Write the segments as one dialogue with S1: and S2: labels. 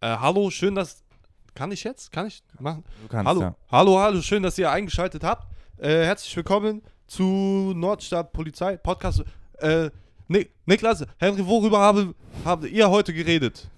S1: Äh, hallo, schön, dass. Kann ich jetzt? Kann ich machen?
S2: Du kannst,
S1: hallo,
S2: ja.
S1: hallo, hallo, schön, dass ihr eingeschaltet habt. Äh, herzlich willkommen zu Nordstadt Polizei Podcast. Äh, Ni- Niklas, Henry, worüber habe, habt ihr heute geredet?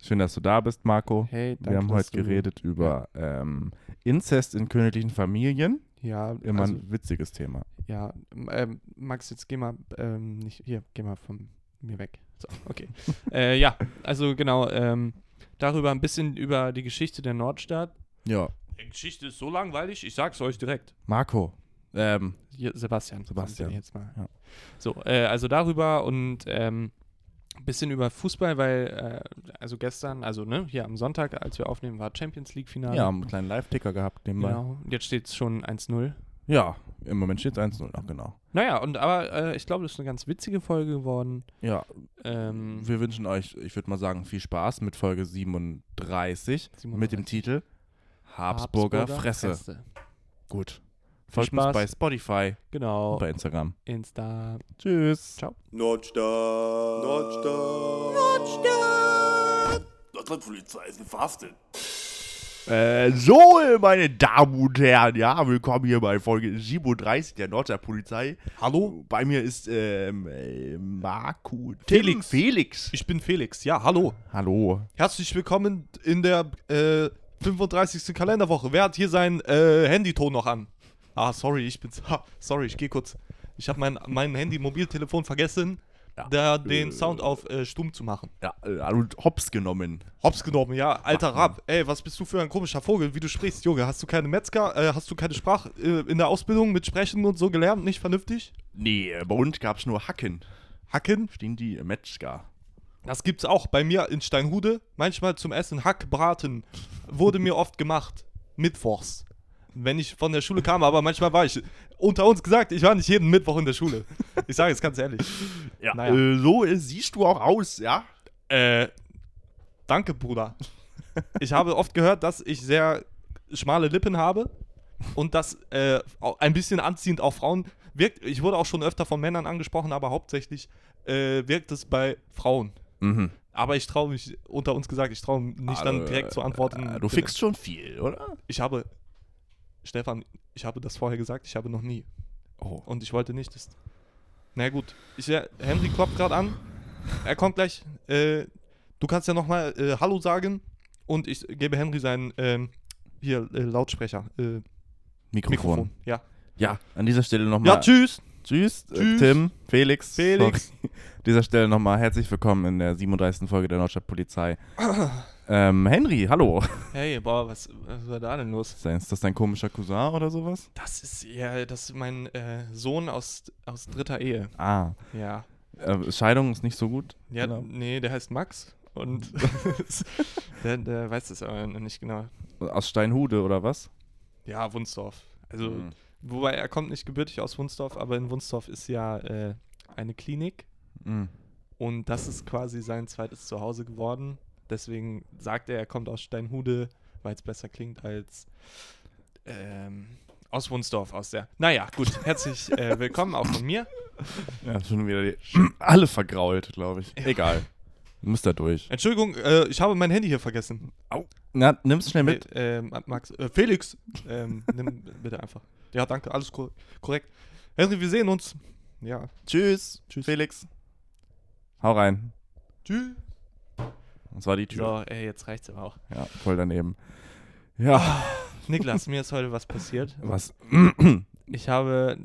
S2: Schön, dass du da bist, Marco.
S3: Hey,
S2: Wir haben heute geredet über ähm, Inzest in königlichen Familien.
S3: Ja,
S2: Immer
S3: also,
S2: ein witziges Thema.
S3: ja. m- Ähm, Max, jetzt geh mal, ähm, nicht, hier, geh mal von mir weg. So, okay. äh, ja, also genau, ähm, darüber ein bisschen über die Geschichte der Nordstadt.
S2: Ja.
S1: Die Geschichte ist so langweilig, ich sag's euch direkt.
S2: Marco. Ähm,
S3: Hier, Sebastian. kommt
S2: Sebastian,
S3: denn Jetzt mal.
S2: ja.
S3: So, äh, also darüber und ähm, ein bisschen über Fußball, weil, äh, also gestern, also ne, hier am Sonntag, als wir aufnehmen, war Champions League-Finale.
S2: ja, haben einen kleinen Live-Ticker gehabt nebenbei.
S3: Genau. Und jetzt steht es schon 1-0.
S2: Ja, im Moment steht es 1-0 noch, genau.
S3: Naja, und aber äh, ich glaube, das ist eine ganz witzige Folge geworden.
S2: Ja,
S3: Ähm,
S2: wir wünschen euch, ich würde mal sagen, viel Spaß mit Folge 37, mit dem
S3: 37.
S2: Titel Habsburger, Fresse. Gut. Folgt uns
S3: Spaß.
S2: bei Spotify
S3: Genau.
S2: und bei Instagram.
S3: Insta.
S2: Tschüss.
S3: Ciao.
S4: Nordstadt. Nordstadt. Nordstadt. Nordstadtpolizei ist verhaftet.
S5: Äh, so, meine Damen und Herren, ja, willkommen hier bei Folge 37 der Nordstadt Polizei. Hallo. Bei mir ist ähm, äh, Marco Tim
S1: Felix.
S5: Felix.
S1: Ich bin Felix, ja, hallo.
S2: Hallo.
S1: Herzlich willkommen in der äh, 35. Kalenderwoche. Wer hat hier sein äh, Handyton noch an? Ah, sorry, ich bin's. Ha, sorry, ich gehe kurz. Ich habe mein, mein Handy-Mobiltelefon vergessen,
S5: Ja.
S1: da den Sound auf äh, stumm zu machen.
S5: Ja, äh, und Hops genommen.
S1: Hops genommen, ja. Alter Rab, ey, was bist du für ein komischer Vogel, wie du sprichst, Junge? Hast du keine Metzger, äh, hast du keine Sprache äh, in der Ausbildung mit Sprechen und so gelernt, nicht vernünftig?
S5: Nee, äh, bei uns gab's nur Hacken.
S1: Hacken,
S5: Stehen die äh, Metzger.
S1: das gibt's auch bei mir in Steinhude. Manchmal zum Essen Hackbraten wurde mir oft gemacht. Mittwochs. Wenn ich von der Schule kam, aber manchmal war ich, unter uns gesagt, ich war nicht jeden Mittwoch in der Schule. Ich sage es ganz ehrlich.
S5: Ja,
S1: Naja.
S5: äh, so äh, siehst du auch aus, ja?
S1: Äh, danke, Bruder. Ich habe oft gehört, dass ich sehr schmale Lippen habe und dass äh, auch ein bisschen anziehend auf Frauen wirkt. Ich wurde auch schon öfter von Männern angesprochen, aber hauptsächlich äh, wirkt es bei Frauen.
S2: Mhm.
S1: Aber ich traue mich, unter uns gesagt, ich traue nicht dann
S5: Ah,
S1: direkt zu antworten.
S5: Äh, du fixst schon viel, oder?
S1: Ich habe, Stefan, ich habe das vorher gesagt, ich habe noch nie.
S2: Oh.
S1: Und ich wollte nicht. Das Na gut, ich, äh, Henry klopft gerade an. Er kommt gleich. Äh, du kannst ja nochmal äh, Hallo sagen. Und ich gebe Henry seinen ähm, hier äh, Lautsprecher. Äh,
S2: Mikrofon.
S1: Mikrofon. Ja.
S2: Ja, an dieser Stelle nochmal.
S1: Ja, tschüss.
S2: Tschüss, Äh,
S1: Tschüss.
S2: Tim, Felix.
S1: Felix.
S2: Sorry. An dieser Stelle nochmal herzlich willkommen in der 37. Folge der Nordstadt Polizei. ähm, Henry, hallo.
S3: Hey, boah, was, was war da denn los?
S2: Ist dein- Ist das dein komischer Cousin oder sowas?
S3: Das ist ja, das ist mein äh, Sohn aus, aus dritter Ehe.
S2: Ah,
S3: Ja.
S2: äh, Scheidung ist nicht so gut.
S3: Ja,
S2: Genau.
S3: nee, der heißt Max und der, der weiß das aber noch nicht genau.
S2: Aus Steinhude oder was?
S3: Ja, Wunsdorf. Also,
S2: Mhm.
S3: wobei er kommt nicht gebürtig aus Wunsdorf, aber in Wunsdorf ist ja äh, eine Klinik
S2: Mhm.
S3: und das ist quasi sein zweites Zuhause geworden. Deswegen sagt er, er kommt aus Steinhude, weil es besser klingt als ähm, aus Wunsdorf, aus der. Naja, gut, herzlich äh, willkommen auch von mir.
S2: Ja, schon wieder die, alle vergrault, glaube ich. Egal. Du musst da durch.
S1: Entschuldigung, äh, ich habe mein Handy hier vergessen.
S2: Na, nimm's schnell mit.
S1: Äh, ähm, Max, äh, Felix, ähm, nimm bitte einfach. Ja, danke, alles kor korrekt. Henry, wir sehen uns. Ja,
S2: Tschüss. Tschüss. Felix. Hau rein.
S1: tschüss.
S2: Das war die Tür.
S3: So, ey, jetzt reicht's aber auch.
S2: Ja, voll daneben. Ja,
S3: Niklas, mir ist heute was passiert.
S2: was?
S3: Ich habe.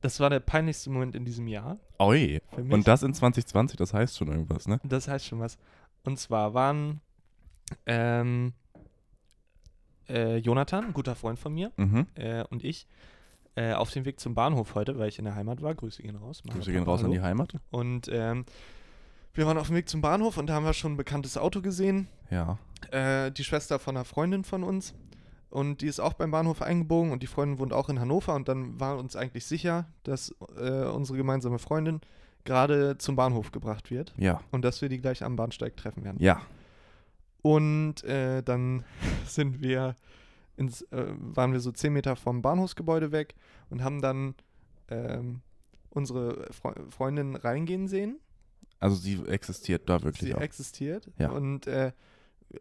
S3: Das war der peinlichste Moment in diesem Jahr.
S2: Oi.
S3: Für mich.
S2: Und das in 2020, das heißt schon irgendwas, ne?
S3: Das heißt schon was. Und zwar waren ähm, äh, Jonathan, ein guter Freund von mir,
S2: Mhm.
S3: äh, und ich äh, auf dem Weg zum Bahnhof heute, weil ich in der Heimat war. Grüße gehen raus. Mama,
S2: Grüße gehen
S3: Papa,
S2: raus an
S3: hallo.
S2: die Heimat.
S3: Und ähm, wir waren auf dem Weg zum Bahnhof und da haben wir schon ein bekanntes Auto gesehen.
S2: Ja.
S3: Äh, die Schwester von einer Freundin von uns. Und die ist auch beim Bahnhof eingebogen und die Freundin wohnt auch in Hannover. Und dann war uns eigentlich sicher, dass äh, unsere gemeinsame Freundin gerade zum Bahnhof gebracht wird
S2: Ja.
S3: und dass wir die gleich am Bahnsteig treffen werden.
S2: Ja.
S3: Und äh, dann sind wir ins, äh, waren wir so 10 Meter vom Bahnhofsgebäude weg und haben dann ähm, unsere Fre Freundin reingehen sehen.
S2: Also sie existiert da wirklich
S3: Sie
S2: auch.
S3: existiert.
S2: Ja.
S3: Und äh,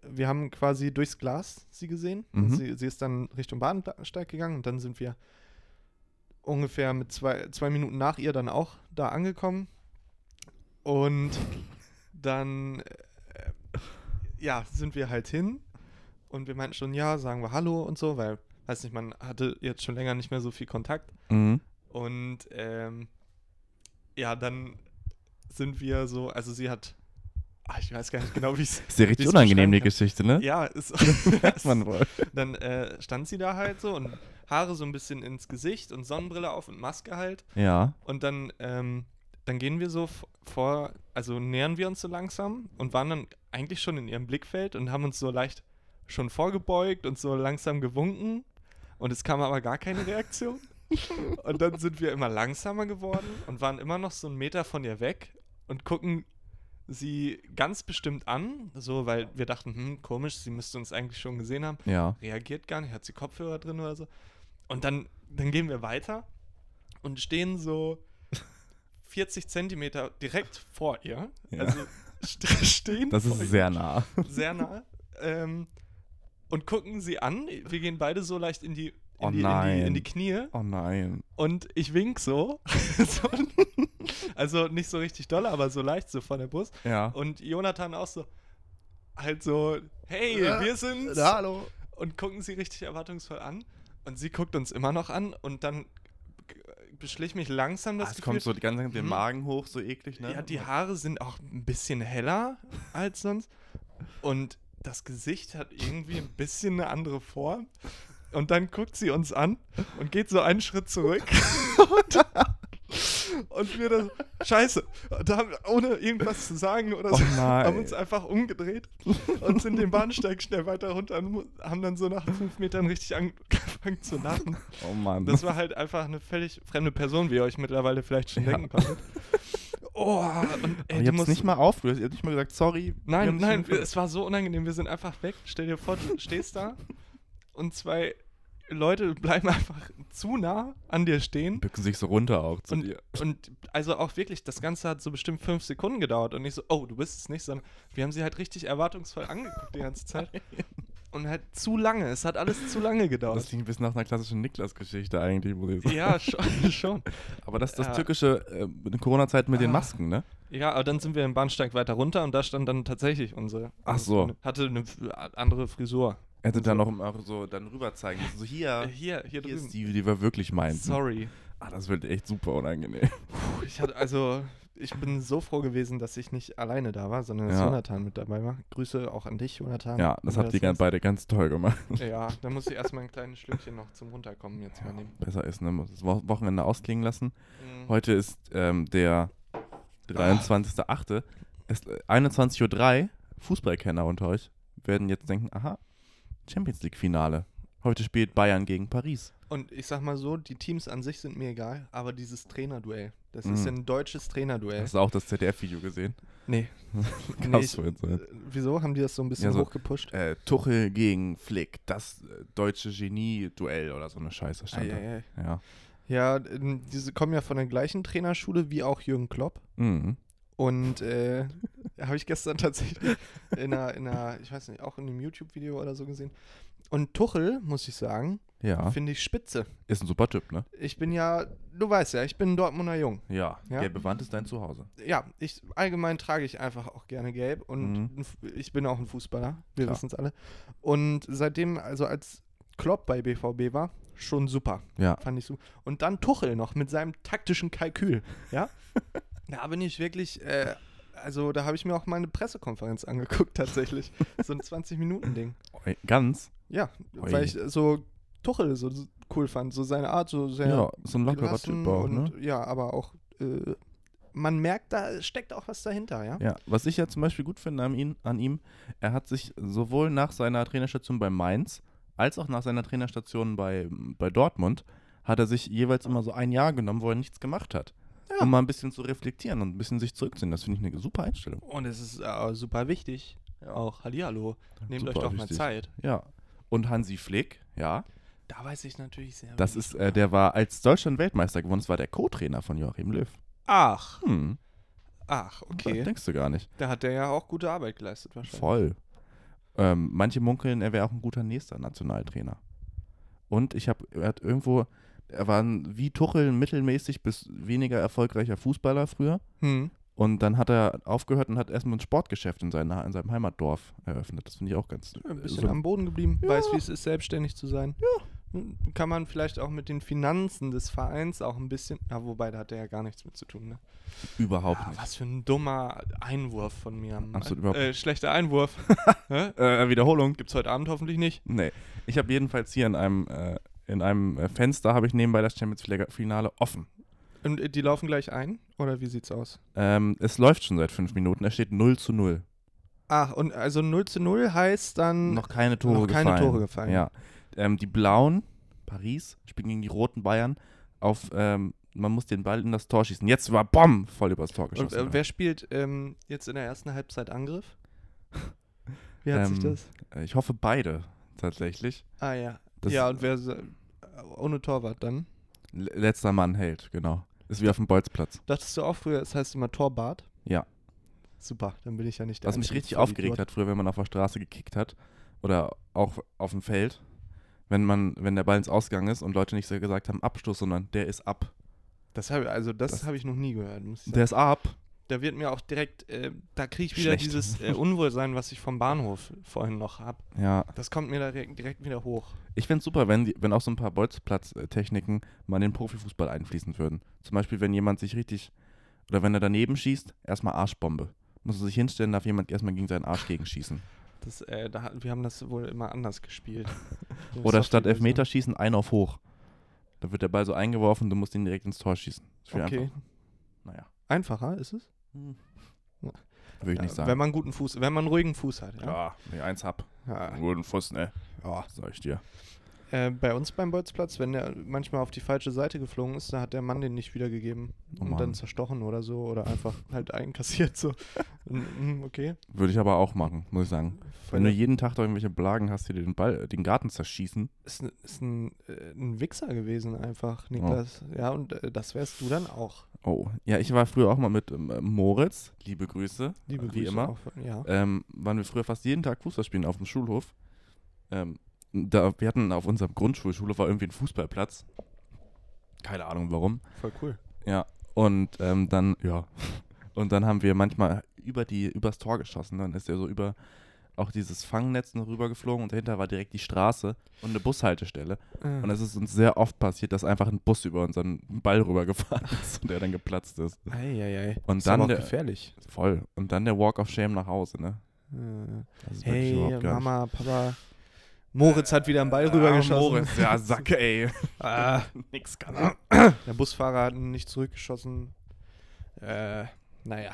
S1: wir haben quasi durchs Glas sie gesehen. Und
S2: Mhm.
S1: Sie, sie ist dann Richtung Bahnsteig gegangen und dann sind wir ungefähr mit zwei, zwei Minuten nach ihr dann auch da angekommen. Und dann äh, ja, sind wir halt hin und wir meinten schon, ja, sagen wir Hallo und so, weil, weiß nicht, man hatte jetzt schon länger nicht mehr so viel Kontakt.
S2: Mhm.
S1: Und ähm, ja, dann sind wir so, also sie hat, ah, ich weiß gar nicht genau, wie es.
S2: Ist ja richtig
S1: Wie's
S2: unangenehm, die
S1: beschreiben
S2: Geschichte, ne?
S1: Ja, es,
S2: Merkt man wohl.
S1: dann äh, stand sie da halt so und Haare so ein bisschen ins Gesicht und Sonnenbrille auf und Maske halt.
S2: Ja.
S1: Und dann, ähm, dann gehen wir so v- vor, also nähern wir uns so langsam und waren dann eigentlich schon in ihrem Blickfeld und haben uns so leicht schon vorgebeugt und so langsam gewunken. Und es kam aber gar keine Reaktion. Und dann sind wir immer langsamer geworden und waren immer noch so einen Meter von ihr weg und gucken sie ganz bestimmt an, so, weil wir dachten, hm, komisch, sie müsste uns eigentlich schon gesehen haben
S2: Ja.
S1: reagiert gar nicht, hat sie Kopfhörer drin oder so. Und dann, dann gehen wir weiter und stehen so 40 Zentimeter direkt vor ihr.
S2: Ja.
S1: Also st- stehen
S2: Das
S1: vor
S2: ist sehr nah.
S1: ihr, sehr nah. Ähm, und gucken sie an. Wir gehen beide so leicht in die, in
S2: Oh
S1: die, in die,
S2: nein.
S1: in die Knie.
S2: Oh nein.
S1: Und ich wink so. so. Also nicht so richtig doll, aber so leicht so von der Brust.
S2: Ja.
S1: Und Jonathan auch so. Halt so, hey, wir sind's
S5: hallo.
S1: und gucken sie richtig erwartungsvoll an. Und sie guckt uns immer noch an und dann g- beschlich mich langsam das
S2: Ah, es
S1: Gefühl.
S2: kommt so die ganze Zeit den
S1: Mhm.
S2: Magen hoch, so eklig, ne?
S1: Ja, die Haare sind auch ein bisschen heller als sonst. Und das Gesicht hat irgendwie ein bisschen eine andere Form. Und dann guckt sie uns an und geht so einen Schritt zurück. und, und wir dann, scheiße, und haben, ohne irgendwas zu sagen oder so,
S2: Oh nein.
S1: haben uns einfach umgedreht und sind den Bahnsteig schnell weiter runter und mu- haben dann so nach fünf Metern richtig angefangen zu lachen.
S2: Oh Mann.
S1: Das war halt einfach eine völlig fremde Person, wie ihr euch mittlerweile vielleicht schon denken konntet. Oh, und
S2: Aber
S1: ey,
S2: ihr
S1: die
S2: habt's
S1: muss
S2: nicht mal aufgelöst. Ihr habt nicht mal gesagt, sorry. wir
S1: Nein,
S2: haben nicht
S1: nein,
S2: mal-
S1: wir, es war so unangenehm. Wir sind einfach weg. Stell dir vor, du stehst da und zwei Leute bleiben einfach zu nah an dir stehen.
S2: Bücken sich so runter auch zu
S1: Und,
S2: dir.
S1: und also auch wirklich, das Ganze hat so bestimmt fünf Sekunden gedauert und nicht so, oh, du bist es nicht, sondern wir haben sie halt richtig erwartungsvoll angeguckt die ganze Zeit. Und halt zu lange. Es hat alles zu lange
S2: Das
S1: gedauert.
S2: klingt ein bisschen nach einer klassischen Niklas-Geschichte eigentlich, muss ich sagen.
S1: Ja, schon, schon.
S2: Aber das ist das
S1: Ja.
S2: Tückische äh, in Corona-Zeit mit den Masken, ne?
S1: Ja, aber dann sind wir im Bahnsteig weiter runter und da stand dann tatsächlich unsere.
S2: Ach so.
S1: Hatte eine f- andere Frisur.
S2: Er hätte dann noch im- auch so dann rüber zeigen müssen. So
S1: Äh,
S2: hier,
S1: Hier, hier,
S2: hier
S1: drüben.
S2: ist die, die wir wirklich meinten.
S1: Sorry.
S2: Ah, das wird echt super unangenehm.
S1: Ich hatte also, ich bin so froh gewesen, dass ich nicht alleine da war, sondern dass
S2: Ja.
S1: Jonathan mit dabei war. Grüße auch an dich, Jonathan.
S2: Ja, das
S1: Wenn
S2: habt
S1: du
S2: ihr ganz, beide ganz toll gemacht.
S1: hörst. Ja, da muss ich erstmal ein kleines Schlückchen noch zum Runterkommen jetzt mal nehmen.
S2: Besser ist, ne? Muss das Wo- Wochenende ausklingen lassen.
S1: Mhm.
S2: Heute ist ähm, der 23.8. Es- äh, 21.03 Uhr. Fußballkenner unter euch werden jetzt denken, aha, Champions League-Finale. Heute spielt Bayern gegen Paris.
S1: Und ich sag mal so, die Teams an sich sind mir egal, aber dieses Trainerduell, das
S2: Mhm.
S1: ist ja ein deutsches Trainerduell.
S2: Hast du auch das ZDF-Video gesehen?
S1: Äh. Nee. ich-
S2: Kannst du jetzt, äh,
S1: Äh, Wieso haben die das so ein bisschen
S2: Ja, so-
S1: hochgepusht?
S2: äh, Tuchel gegen Flick, das äh, deutsche Genie-Duell oder so eine Scheiße stand da.
S1: Eieiei.
S2: Ja.
S1: Ja, ähm, diese kommen ja von der gleichen Trainerschule wie auch Jürgen Klopp.
S2: Mhm.
S1: Und äh, habe ich gestern tatsächlich in einer, in einer, ich weiß nicht, auch in einem YouTube-Video oder so gesehen. Und Tuchel, muss ich sagen,
S2: Ja.
S1: finde ich spitze.
S2: Ist ein super Typ, ne?
S1: Ich bin ja, du weißt ja, ich bin ein Dortmunder Jung.
S2: Ja.
S1: Ja.
S2: Gelbe Wand ist dein Zuhause.
S1: Ja, ich allgemein trage ich einfach auch gerne gelb und
S2: Mhm.
S1: ein F- ich bin auch ein Fußballer, wir
S2: Klar.
S1: wissen es alle. Und seitdem, also als Klopp bei BVB war, schon super.
S2: Ja.
S1: Fand ich so. Und dann Tuchel noch mit seinem taktischen Kalkül. Ja. da bin ich wirklich, äh, also da habe ich mir auch mal eine Pressekonferenz angeguckt, tatsächlich. so ein 20-Minuten-Ding.
S2: Oi, Ganz?
S1: Ja,
S2: Ui.
S1: weil ich äh, so Tuchel so so cool fand. So seine Art, so sehr.
S2: Ja, so ein lockerer
S1: gelassen
S2: Typ auch, ne?
S1: und, Ja, aber auch, äh, man merkt, da steckt auch was dahinter, ja.
S2: Ja, was ich ja zum Beispiel gut finde an, ihn, an ihm, er hat sich sowohl nach seiner Trainerstation bei Mainz als auch nach seiner Trainerstation bei, bei Dortmund, hat er sich jeweils immer so ein Jahr genommen, wo er nichts gemacht hat. Um mal ein bisschen zu reflektieren und ein bisschen sich zurückzunehmen. Das finde ich eine super Einstellung.
S1: Und es ist äh, super wichtig. Auch Hallihallo. Nehmt
S2: Super
S1: euch doch mal
S2: wichtig.
S1: Zeit.
S2: Ja. Und Hansi Flick, ja,
S1: Da weiß ich natürlich sehr
S2: das
S1: wenig
S2: ist,
S1: drüber.
S2: äh, der war als Deutschland Weltmeister geworden, das war der Co-Trainer von Joachim Löw.
S1: Ach,
S2: Hm,
S1: ach,
S2: das
S1: okay.
S2: denkst du gar nicht.
S1: Da hat der ja auch gute Arbeit geleistet wahrscheinlich.
S2: Voll. Ähm, manche munkeln, er wäre auch ein guter nächster Nationaltrainer. Und ich habe, er hat irgendwo, er war ein, wie Tuchel ein mittelmäßig bis weniger erfolgreicher Fußballer früher.
S1: Hm.
S2: Und dann hat er aufgehört und hat erstmal ein Sportgeschäft in, seiner, in seinem Heimatdorf eröffnet. Das finde ich auch ganz.
S1: Ein
S2: äh,
S1: bisschen
S2: so-
S1: am Boden geblieben, weiß, wie es ist, selbstständig zu sein. Ja. Kann man vielleicht auch mit den Finanzen des Vereins auch ein bisschen. Ja, wobei, da hat er ja gar nichts mit zu tun. Ne?
S2: überhaupt
S1: Ah,
S2: nicht.
S1: was für ein dummer Einwurf von mir. Mann.
S2: Absolut überhaupt
S1: äh, Schlechter Einwurf. Hä?
S2: Äh, Wiederholung.
S1: Gibt's heute Abend hoffentlich nicht.
S2: Nee. Ich habe jedenfalls hier in einem, äh, in einem äh, Fenster habe ich nebenbei das Champions League Finale offen.
S1: Und äh, die laufen gleich ein? Oder wie sieht's aus?
S2: Ähm, es läuft schon seit fünf Minuten. Es steht 0 zu 0.
S1: Ah, und also 0 zu 0 heißt dann.
S2: Noch keine
S1: Hm.
S2: Tore
S1: noch keine
S2: gefallen.
S1: Tore gefallen.
S2: Ja. Ähm, die Blauen, Paris, spielen gegen die Roten Bayern auf, ähm, man muss den Ball in das Tor schießen. Jetzt war BOM! Voll übers Tor
S1: und
S2: geschossen.
S1: äh, wer spielt ähm, jetzt in der ersten Halbzeit Angriff? Wie hat sich
S2: Ähm,
S1: das?
S2: Äh, Ich hoffe beide, tatsächlich.
S1: Ah ja.
S2: das-
S1: ja, und wer so- äh, ohne Torwart dann?
S2: L letzter Mann hält, genau. Ist wie auf dem Bolzplatz.
S1: Dachtest du auch früher, es heißt immer Torbart?
S2: Ja.
S1: Super, dann bin ich ja nicht der
S2: Was mich
S1: einzige
S2: richtig
S1: Vollidiot.
S2: aufgeregt hat früher, wenn man auf der Straße gekickt hat oder auch auf dem Feld, wenn man, wenn der Ball ins Ausgang ist und Leute nicht so gesagt haben Abstoß, sondern der ist ab.
S1: Das hab, also das
S2: Das-
S1: habe ich noch nie gehört, muss ich sagen.
S2: Der ist ab.
S1: da wird mir auch direkt, äh, da kriege ich wieder
S2: Schlecht.
S1: dieses äh, Unwohlsein, was ich vom Bahnhof vorhin noch habe.
S2: Ja.
S1: Das kommt mir da direkt, direkt wieder hoch.
S2: Ich fände es super, wenn, die, wenn auch so ein paar Bolzplatztechniken mal in den Profifußball einfließen würden. Zum Beispiel, wenn jemand sich richtig, oder wenn er daneben schießt, erstmal Arschbombe. Muss er sich hinstellen, darf jemand erstmal gegen seinen Arsch gegenschießen.
S1: Das, äh, da, hat- wir haben das wohl immer anders gespielt. Das
S2: Oder
S1: ist
S2: statt
S1: doch die Lösung.
S2: Elfmeterschießen, ein auf hoch. Da wird der Ball so eingeworfen, du musst ihn direkt ins Tor schießen. Ist viel
S1: Okay.
S2: einfacher. Naja,
S1: Einfacher ist es?
S2: würde ich
S1: Ja,
S2: nicht sagen.
S1: Wenn man guten Fuß, wenn man ruhigen Fuß hat. Ja.
S2: ja, wenn ich eins hab.
S1: Ja.
S2: Nur einen Fuß, ne? Ja. Sag ich dir.
S1: Äh, bei uns beim Bolzplatz, wenn der manchmal auf die falsche Seite geflogen ist, da hat der Mann den nicht wiedergegeben
S2: Oh
S1: und
S2: Mann.
S1: dann zerstochen oder so oder einfach halt einkassiert so. Mm, mm, okay.
S2: Würde ich aber auch machen, muss ich sagen. Wenn du jeden Tag da irgendwelche Blagen hast, die dir den Ball, den Garten zerschießen,
S1: ist, n- ist ein, äh, ein Wichser gewesen einfach, Niklas. Ja, und äh, das wärst du dann auch.
S2: Oh, ja, ich war früher auch mal mit ähm, Moritz, liebe Grüße,
S1: Liebe
S2: äh,
S1: Grüße
S2: wie immer.
S1: Auch, von- ja.
S2: Ähm, waren wir früher fast jeden Tag Fußball spielen auf dem Schulhof. Ähm, da, wir hatten auf unserem Grundschulschulhof war irgendwie ein Fußballplatz. Keine Ahnung warum.
S1: Voll cool.
S2: Ja, und ähm, dann, ja. Und dann haben wir manchmal über die, übers Tor geschossen. Dann ist er so über auch dieses Fangnetz noch rübergeflogen und dahinter war direkt die Straße und eine Bushaltestelle. Und es ist uns sehr oft passiert, dass einfach ein Bus über unseren Ball rübergefahren ist und der dann geplatzt ist.
S1: Eieiei.
S2: Und
S1: ist
S2: dann
S1: aber
S2: äh,
S1: auch
S2: der-
S1: gefährlich.
S2: Voll. Und dann der Walk of Shame nach Hause, ne?
S1: Äh,
S2: Das ist wirklich
S1: hey,
S2: überhaupt gar nicht-
S1: Mama, Papa. Moritz hat wieder einen Ball rübergeschossen.
S2: Ah, Moritz, ja, Sack, ey.
S1: Ah,
S2: Nix kann er.
S1: der Busfahrer hat ihn nicht zurückgeschossen. Äh, naja.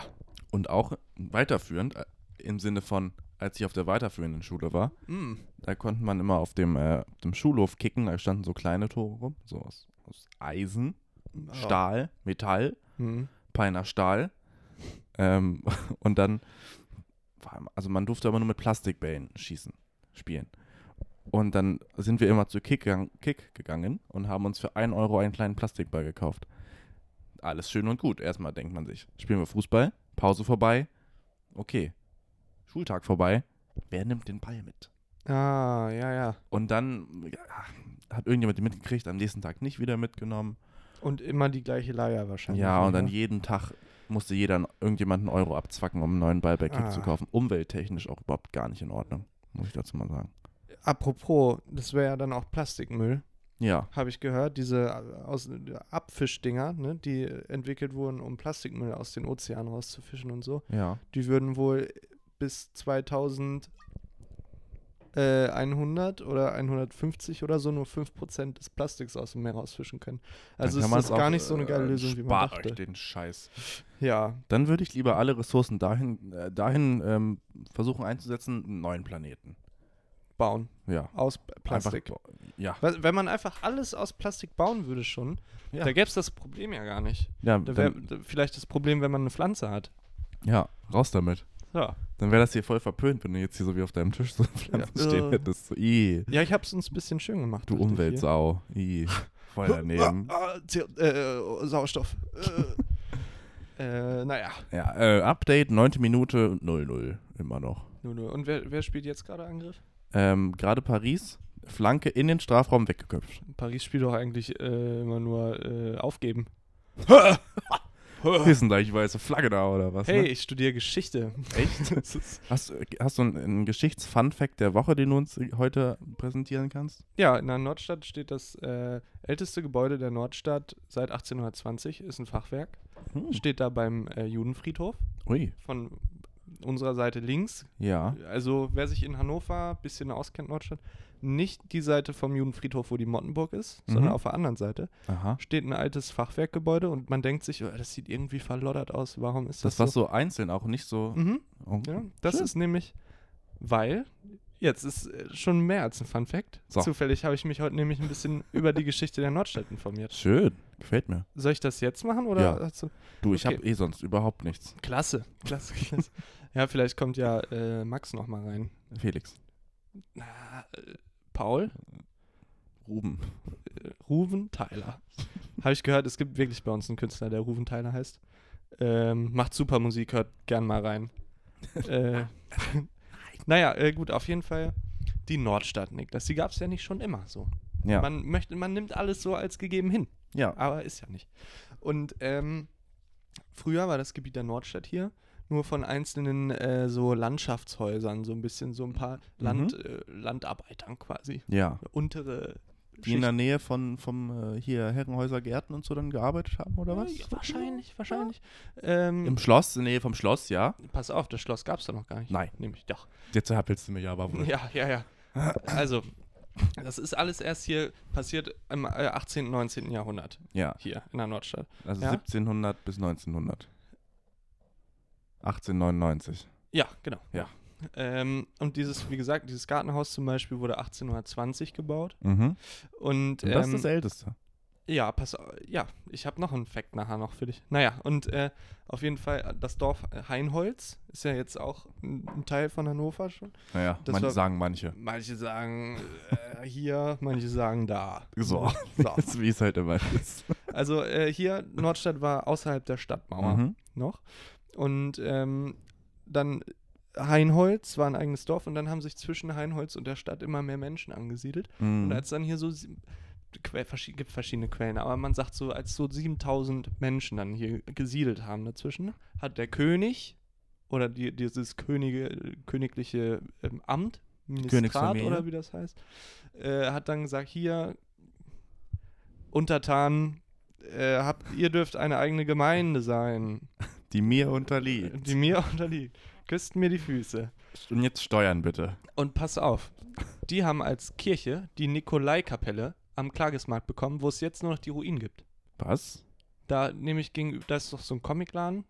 S2: Und auch weiterführend, äh, im Sinne von, als ich auf der weiterführenden Schule war,
S1: Mm.
S2: da konnte man immer auf dem, äh, auf dem Schulhof kicken, da standen so kleine Tore rum, so aus, aus Eisen, Stahl, Metall,
S1: Mhm.
S2: Peiner Stahl. Ähm, und dann, war- also man durfte aber nur mit Plastikbällen schießen, spielen. Und dann sind wir immer zu Kick, gegangen- Kick gegangen und haben uns für 1 Euro einen kleinen Plastikball gekauft. Alles schön und gut, erstmal denkt man sich. Spielen wir Fußball, Pause vorbei, okay, Schultag vorbei, wer nimmt den Ball mit?
S1: Ah, ja, ja.
S2: Und dann ja, hat irgendjemand den mitgekriegt, am nächsten Tag nicht wieder mitgenommen.
S1: Und immer die gleiche Leier wahrscheinlich.
S2: Ja, und
S1: oder?
S2: dann jeden Tag musste jeder irgendjemanden Euro abzwacken, um einen neuen Ball bei Kick zu
S1: Ah.
S2: kaufen. Umwelttechnisch auch überhaupt gar nicht in Ordnung, muss ich dazu mal sagen.
S1: Apropos, das wäre ja dann auch Plastikmüll.
S2: Ja,
S1: habe ich gehört, diese
S3: äh,
S1: aus, Abfischdinger, ne, die entwickelt wurden, um Plastikmüll aus den Ozeanen rauszufischen und so,
S2: ja.
S1: die würden wohl bis 2100 äh, 100 oder 150 oder so nur 5% des Plastiks aus dem Meer rausfischen können. Also es
S2: kann man
S1: ist
S2: es auch,
S1: gar nicht so eine geile
S2: äh,
S1: Lösung, wie man dachte.
S5: den Scheiß.
S1: Ja,
S2: Dann würde ich lieber alle Ressourcen dahin, äh, dahin ähm, versuchen einzusetzen, einen neuen Planeten.
S1: bauen
S2: Ja.
S1: aus Plastik.
S2: Einfach, ja.
S1: Was- Wenn man einfach alles aus Plastik bauen würde schon,
S2: Ja.
S1: da gäbe es das Problem ja gar nicht.
S2: Ja,
S1: Da wäre
S2: dann,
S1: vielleicht das Problem, wenn man eine Pflanze hat.
S2: ja, raus damit.
S1: Ja.
S2: Dann wäre das hier voll verpönt, wenn du jetzt hier so wie auf deinem Tisch so Pflanzen
S1: Ja.
S2: stehen
S1: Äh.
S2: hättest. So, ih,
S1: Ja, ich hab's uns ein bisschen schön gemacht. dachte
S2: du
S1: ich hier.
S2: Umweltsau. Ih, voll daneben.
S1: Ah, ah, CO äh, Sauerstoff. Äh, äh, naja,
S2: Ja, äh, Update, neunte Minute, 0-0. Immer noch.
S3: 0-0. Und wer, wer spielt jetzt gerade Angriff?
S2: Ähm, Gerade Paris, Flanke in den Strafraum weggeköpft.
S3: Paris spielt doch eigentlich äh, immer nur äh, aufgeben.
S2: Ist denn da die weiße Flagge da oder was?
S3: Hey,
S2: Ne?
S3: ich studiere Geschichte. Echt? das ist,
S2: Hast, hast du einen, einen Geschichts-Fun-Fact der Woche, den du uns heute präsentieren kannst?
S3: ja, in der Nordstadt steht das äh, älteste Gebäude der Nordstadt seit 1820, ist ein Fachwerk.
S2: Hm.
S3: Steht da beim äh, Judenfriedhof
S2: Ui.
S3: von unserer Seite links.
S2: Ja.
S3: Also wer sich in Hannover ein bisschen auskennt, Nordstadt, nicht die Seite vom Judenfriedhof, wo die Mottenburg ist, sondern
S2: Mhm.
S3: auf der anderen Seite
S2: Aha.
S3: steht ein altes Fachwerkgebäude und man denkt sich, oh, das sieht irgendwie verloddert aus. Warum ist das,
S2: Das war so einzeln auch nicht so.
S3: Mhm.
S2: Oh.
S3: Ja, das ist nämlich, weil, jetzt ist äh, schon mehr als ein Fun Fact.
S2: So.
S3: Zufällig habe ich mich heute nämlich ein bisschen über die Geschichte der Nordstadt informiert.
S2: Schön. Gefällt mir.
S3: Soll ich das jetzt machen oder?
S2: Ja.
S3: hast du-
S2: Du, ich
S3: Okay.
S2: habe eh sonst überhaupt nichts.
S3: Klasse, klasse, klasse. ja, vielleicht kommt ja äh, Max nochmal rein.
S2: Felix.
S3: Na, äh, Paul,
S2: Ruben.
S3: äh, Ruven Tyler. habe ich gehört, es gibt wirklich bei uns einen Künstler, der Ruven Tyler heißt. Ähm, macht super Musik, hört gern mal rein. äh, naja, äh, gut, auf jeden Fall die Nordstadt, Niklas. Die gab es ja nicht schon immer so.
S2: Ja.
S3: Man, möchte, man nimmt alles so als gegeben hin,
S2: ja.
S3: aber ist ja nicht. Und ähm, früher war das Gebiet der Nordstadt hier nur von einzelnen äh, so Landschaftshäusern, so ein bisschen so ein
S2: Mhm.
S3: paar Land, äh, Landarbeitern quasi.
S2: Ja.
S3: Untere
S2: Die in der Nähe von vom, äh, hier Herrenhäuser Gärten und so dann gearbeitet haben, oder was?
S3: Ja, wahrscheinlich, wahrscheinlich. Ähm,
S2: Im Schloss, in der Nähe vom Schloss, ja.
S3: pass auf, das Schloss gab es da noch gar nicht.
S2: Nein.
S3: Nämlich doch.
S2: Jetzt happelst du mir ja, aber
S3: Ja, ja, ja. Also, das ist alles erst hier passiert im äh, 18., 19. Jahrhundert
S2: Ja,
S3: hier in der Nordstadt.
S2: also
S3: Ja.
S2: 1700 bis 1900. 1899.
S3: Ja, genau.
S2: Ja.
S3: Ähm, und dieses, wie gesagt, dieses Gartenhaus zum Beispiel wurde 1820 gebaut.
S2: Mhm. Und
S3: Und,
S2: das
S3: ähm,
S2: ist das Älteste.
S3: Ja, pass au- Ja, ich habe noch einen Fact nachher noch für dich. Naja, und äh, auf jeden Fall, das Dorf Heinholz ist ja jetzt auch ein ein Teil von Hannover schon.
S2: Naja,
S3: das
S2: man,
S3: war-
S2: sagen manche.
S3: Manche sagen äh, hier, manche sagen da.
S2: So,
S3: So.
S2: Das, wie es halt immer ist.
S3: Also äh, hier, Nordstadt war außerhalb der Stadtmauer
S2: Mhm.
S3: noch. Und ähm, dann Heinholz war ein eigenes Dorf und dann haben sich zwischen Heinholz und der Stadt immer mehr Menschen angesiedelt. Und
S2: Mhm.
S3: als dann hier so, sie- que verschi gibt verschiedene Quellen, aber man sagt so, als so 7000 Menschen dann hier gesiedelt haben dazwischen, hat der König oder die, dieses Könige, königliche ähm, Amt, Ministrat
S2: Königsfamilie.
S3: oder wie das heißt, äh, hat dann gesagt, hier, Untertanen, äh, habt, ihr dürft eine eigene Gemeinde sein,
S2: Die mir unterliegt.
S3: die mir unterliegt. Küsst mir die Füße.
S2: Und jetzt steuern bitte.
S3: Und pass auf, die haben als Kirche die Nikolaikapelle am Klagesmarkt bekommen, wo es jetzt nur noch die Ruinen gibt.
S2: Was?
S3: Da nehme ich gegenüber, da ist doch so ein Comicladen,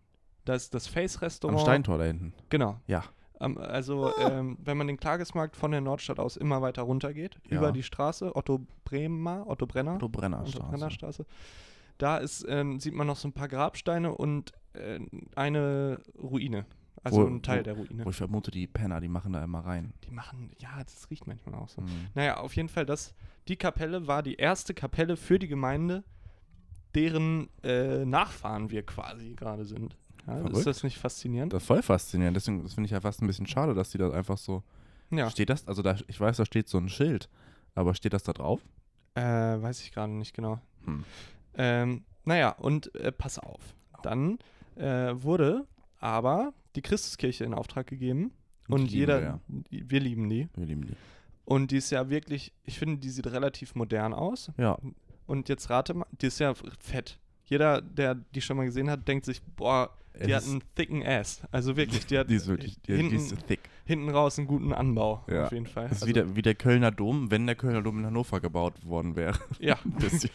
S3: da ist das
S2: Am
S3: Face-Restaurant.
S2: Steintor da hinten.
S3: Genau.
S2: Ja.
S3: Am- also, ähm, wenn man den Klagesmarkt von der Nordstadt aus immer weiter runtergeht,
S2: Ja.
S3: über die Straße, Otto Bremer, Otto Brenner,
S2: Otto Brenner
S3: Otto
S2: Straße.
S3: Brennerstraße, da ist, ähm, sieht man noch so ein paar Grabsteine und äh, eine Ruine. Also
S2: Wo-
S3: ein Teil
S2: wo-
S3: der Ruine.
S2: Wo ich vermute, die Penner, die machen da immer rein.
S3: Die machen, ja, das riecht manchmal auch so.
S2: Mhm.
S3: Naja, auf jeden Fall, das, die Kapelle war die erste Kapelle für die Gemeinde, deren äh, Nachfahren wir quasi gerade sind. Ja,
S2: Verrückt.
S3: ist das nicht faszinierend?
S2: Das ist voll faszinierend. Deswegen das finde ich ja fast ein bisschen schade, dass die da einfach so.
S3: ja,
S2: Steht das? Also da, ich weiß, da steht so ein Schild. Aber steht das da drauf?
S3: äh, weiß ich gerade nicht genau.
S2: Hm.
S3: Ähm, naja, und äh, pass auf. Dann äh, wurde aber die Christuskirche in Auftrag gegeben.
S2: Die
S3: Und
S2: lieben
S3: jeder,
S2: wir, ja.
S3: wir lieben die.
S2: Wir lieben die.
S3: Und die ist ja wirklich, ich finde, die sieht relativ modern aus.
S2: Ja.
S3: Und jetzt rate mal, die ist ja fett. Jeder, der die schon mal gesehen hat, denkt sich, boah, die
S2: Es
S3: hat einen thicken Ass. Also wirklich, die hat
S2: Die ist wirklich, die,
S3: hinten,
S2: die ist thick.
S3: hinten raus einen guten Anbau,
S2: Ja.
S3: auf jeden Fall.
S2: Das ist
S3: Also,
S2: wie, der, wie der Kölner Dom, wenn der Kölner Dom in Hannover gebaut worden wäre.
S3: ja,
S2: Ein bisschen.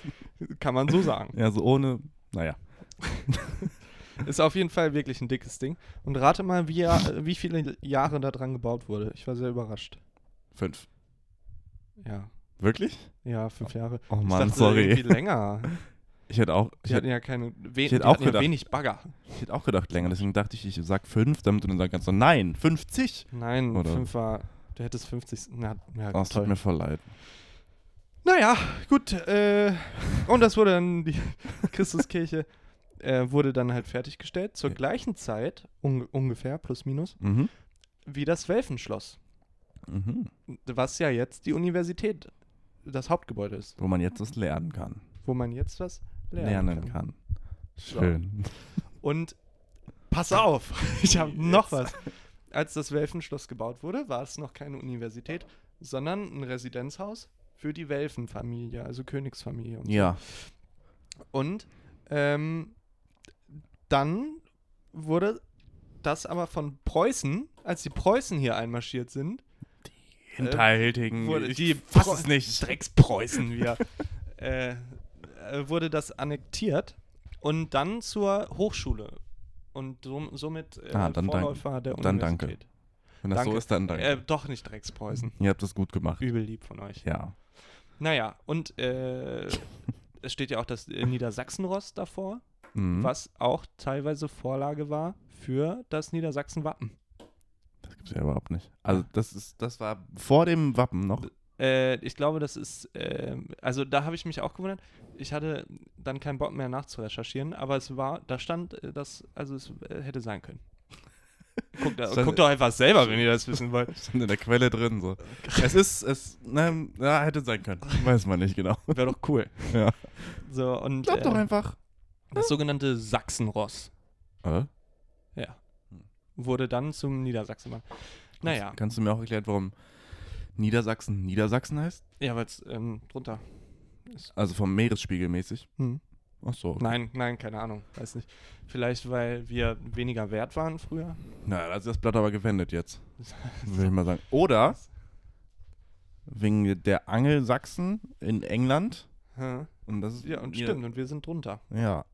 S3: kann man so sagen.
S2: ja, so ohne, naja.
S3: Ist auf jeden Fall wirklich ein dickes Ding. Und rate mal, wie, ja- wie viele Jahre da dran gebaut wurde. Ich war sehr überrascht.
S2: Fünf.
S3: Ja,
S2: Wirklich?
S3: ja fünf Jahre.
S2: Oh
S3: Ich
S2: Mann,
S3: dachte,
S2: sorry.
S3: Irgendwie länger.
S2: Ich hätte auch, ich
S3: Die hatten
S2: hätte,
S3: ja keine, we
S2: ich hätte
S3: die
S2: auch
S3: hatten ja
S2: gedacht.
S3: wenig Bagger.
S2: ich hätte auch gedacht länger, deswegen dachte ich, ich sag fünf, damit du dann sagen kannst, so, nein, 50.
S3: Nein,
S2: Oder-
S3: fünf war, du hättest 50, na, ja,
S2: Oh, es tut mir voll leid.
S3: Naja, gut. Äh, und das wurde dann, die Christuskirche äh, wurde dann halt fertiggestellt. Zur
S2: Ja.
S3: gleichen Zeit, un ungefähr, plus minus,
S2: Mhm.
S3: wie das Welfenschloss,
S2: Mhm.
S3: was ja jetzt die Universität, das Hauptgebäude ist,
S2: Wo man jetzt was lernen kann.
S3: wo man jetzt was lernen,
S2: Lernen
S3: kann.
S2: kann. Schön.
S3: Und pass auf, ich habe noch was. Als das Welfenschloss gebaut wurde, war es noch keine Universität, sondern ein Residenzhaus für die Welfenfamilie, also Königsfamilie. Und, so.
S2: Ja.
S3: und ähm, dann wurde das aber von Preußen, als die Preußen hier einmarschiert sind,
S2: Hinterhältigen.
S3: wurde
S2: ich
S3: die
S2: fass
S3: Preu-
S2: es nicht.
S3: Dreckspreußen wir. äh, äh, wurde das annektiert und dann zur Hochschule. Und som- somit äh,
S2: Ah, dann dank-
S3: Vorläufer der
S2: dann
S3: Universität.
S2: danke. Wenn das so
S3: Danke.
S2: ist, dann danke.
S3: Äh, doch nicht Dreckspreußen.
S2: Ihr habt das gut gemacht.
S3: Übel lieb von euch.
S2: Ja.
S3: Naja, und äh, es steht ja auch das äh, Niedersachsenross davor,
S2: Mhm.
S3: was auch teilweise Vorlage war für das Niedersachsen-Wappen.
S2: Das gibt's ja überhaupt nicht. Also das ist, das war vor dem Wappen noch.
S3: Äh, ich glaube, das ist, ähm, also da habe ich mich auch gewundert. Ich hatte dann keinen Bock mehr nachzurecherchieren, aber es war, da stand, äh, das, also es äh, hätte sein können. Guckt, da,
S2: Stand-
S3: guckt doch einfach selber, wenn ihr das wissen wollt.
S2: Stand in der Quelle drin. So. Es ist, es, ne, ja, hätte sein können. Weiß man nicht genau.
S3: Wäre doch cool.
S2: Ja.
S3: So, und
S2: Glaub doch
S3: äh,
S2: einfach.
S3: das sogenannte Sachsenross
S2: Äh?
S3: wurde dann zum Niedersachsenmann. Naja,
S2: Kannst du mir auch erklären, warum Niedersachsen Niedersachsen heißt?
S3: ja, weil es ähm, drunter.
S2: Also vom Meeresspiegel mäßig.
S3: Hm.
S2: Ach so.
S3: Nein, nein, keine Ahnung, weiß nicht. Vielleicht, weil wir weniger wert waren früher.
S2: Na, das ist das Blatt aber gewendet jetzt. Würde ich mal sagen. Oder wegen der Angelsachsen in England.
S3: Hä?
S2: Und das ist
S3: Ja, und
S2: Nieder-
S3: stimmt, und wir sind drunter.
S2: Ja.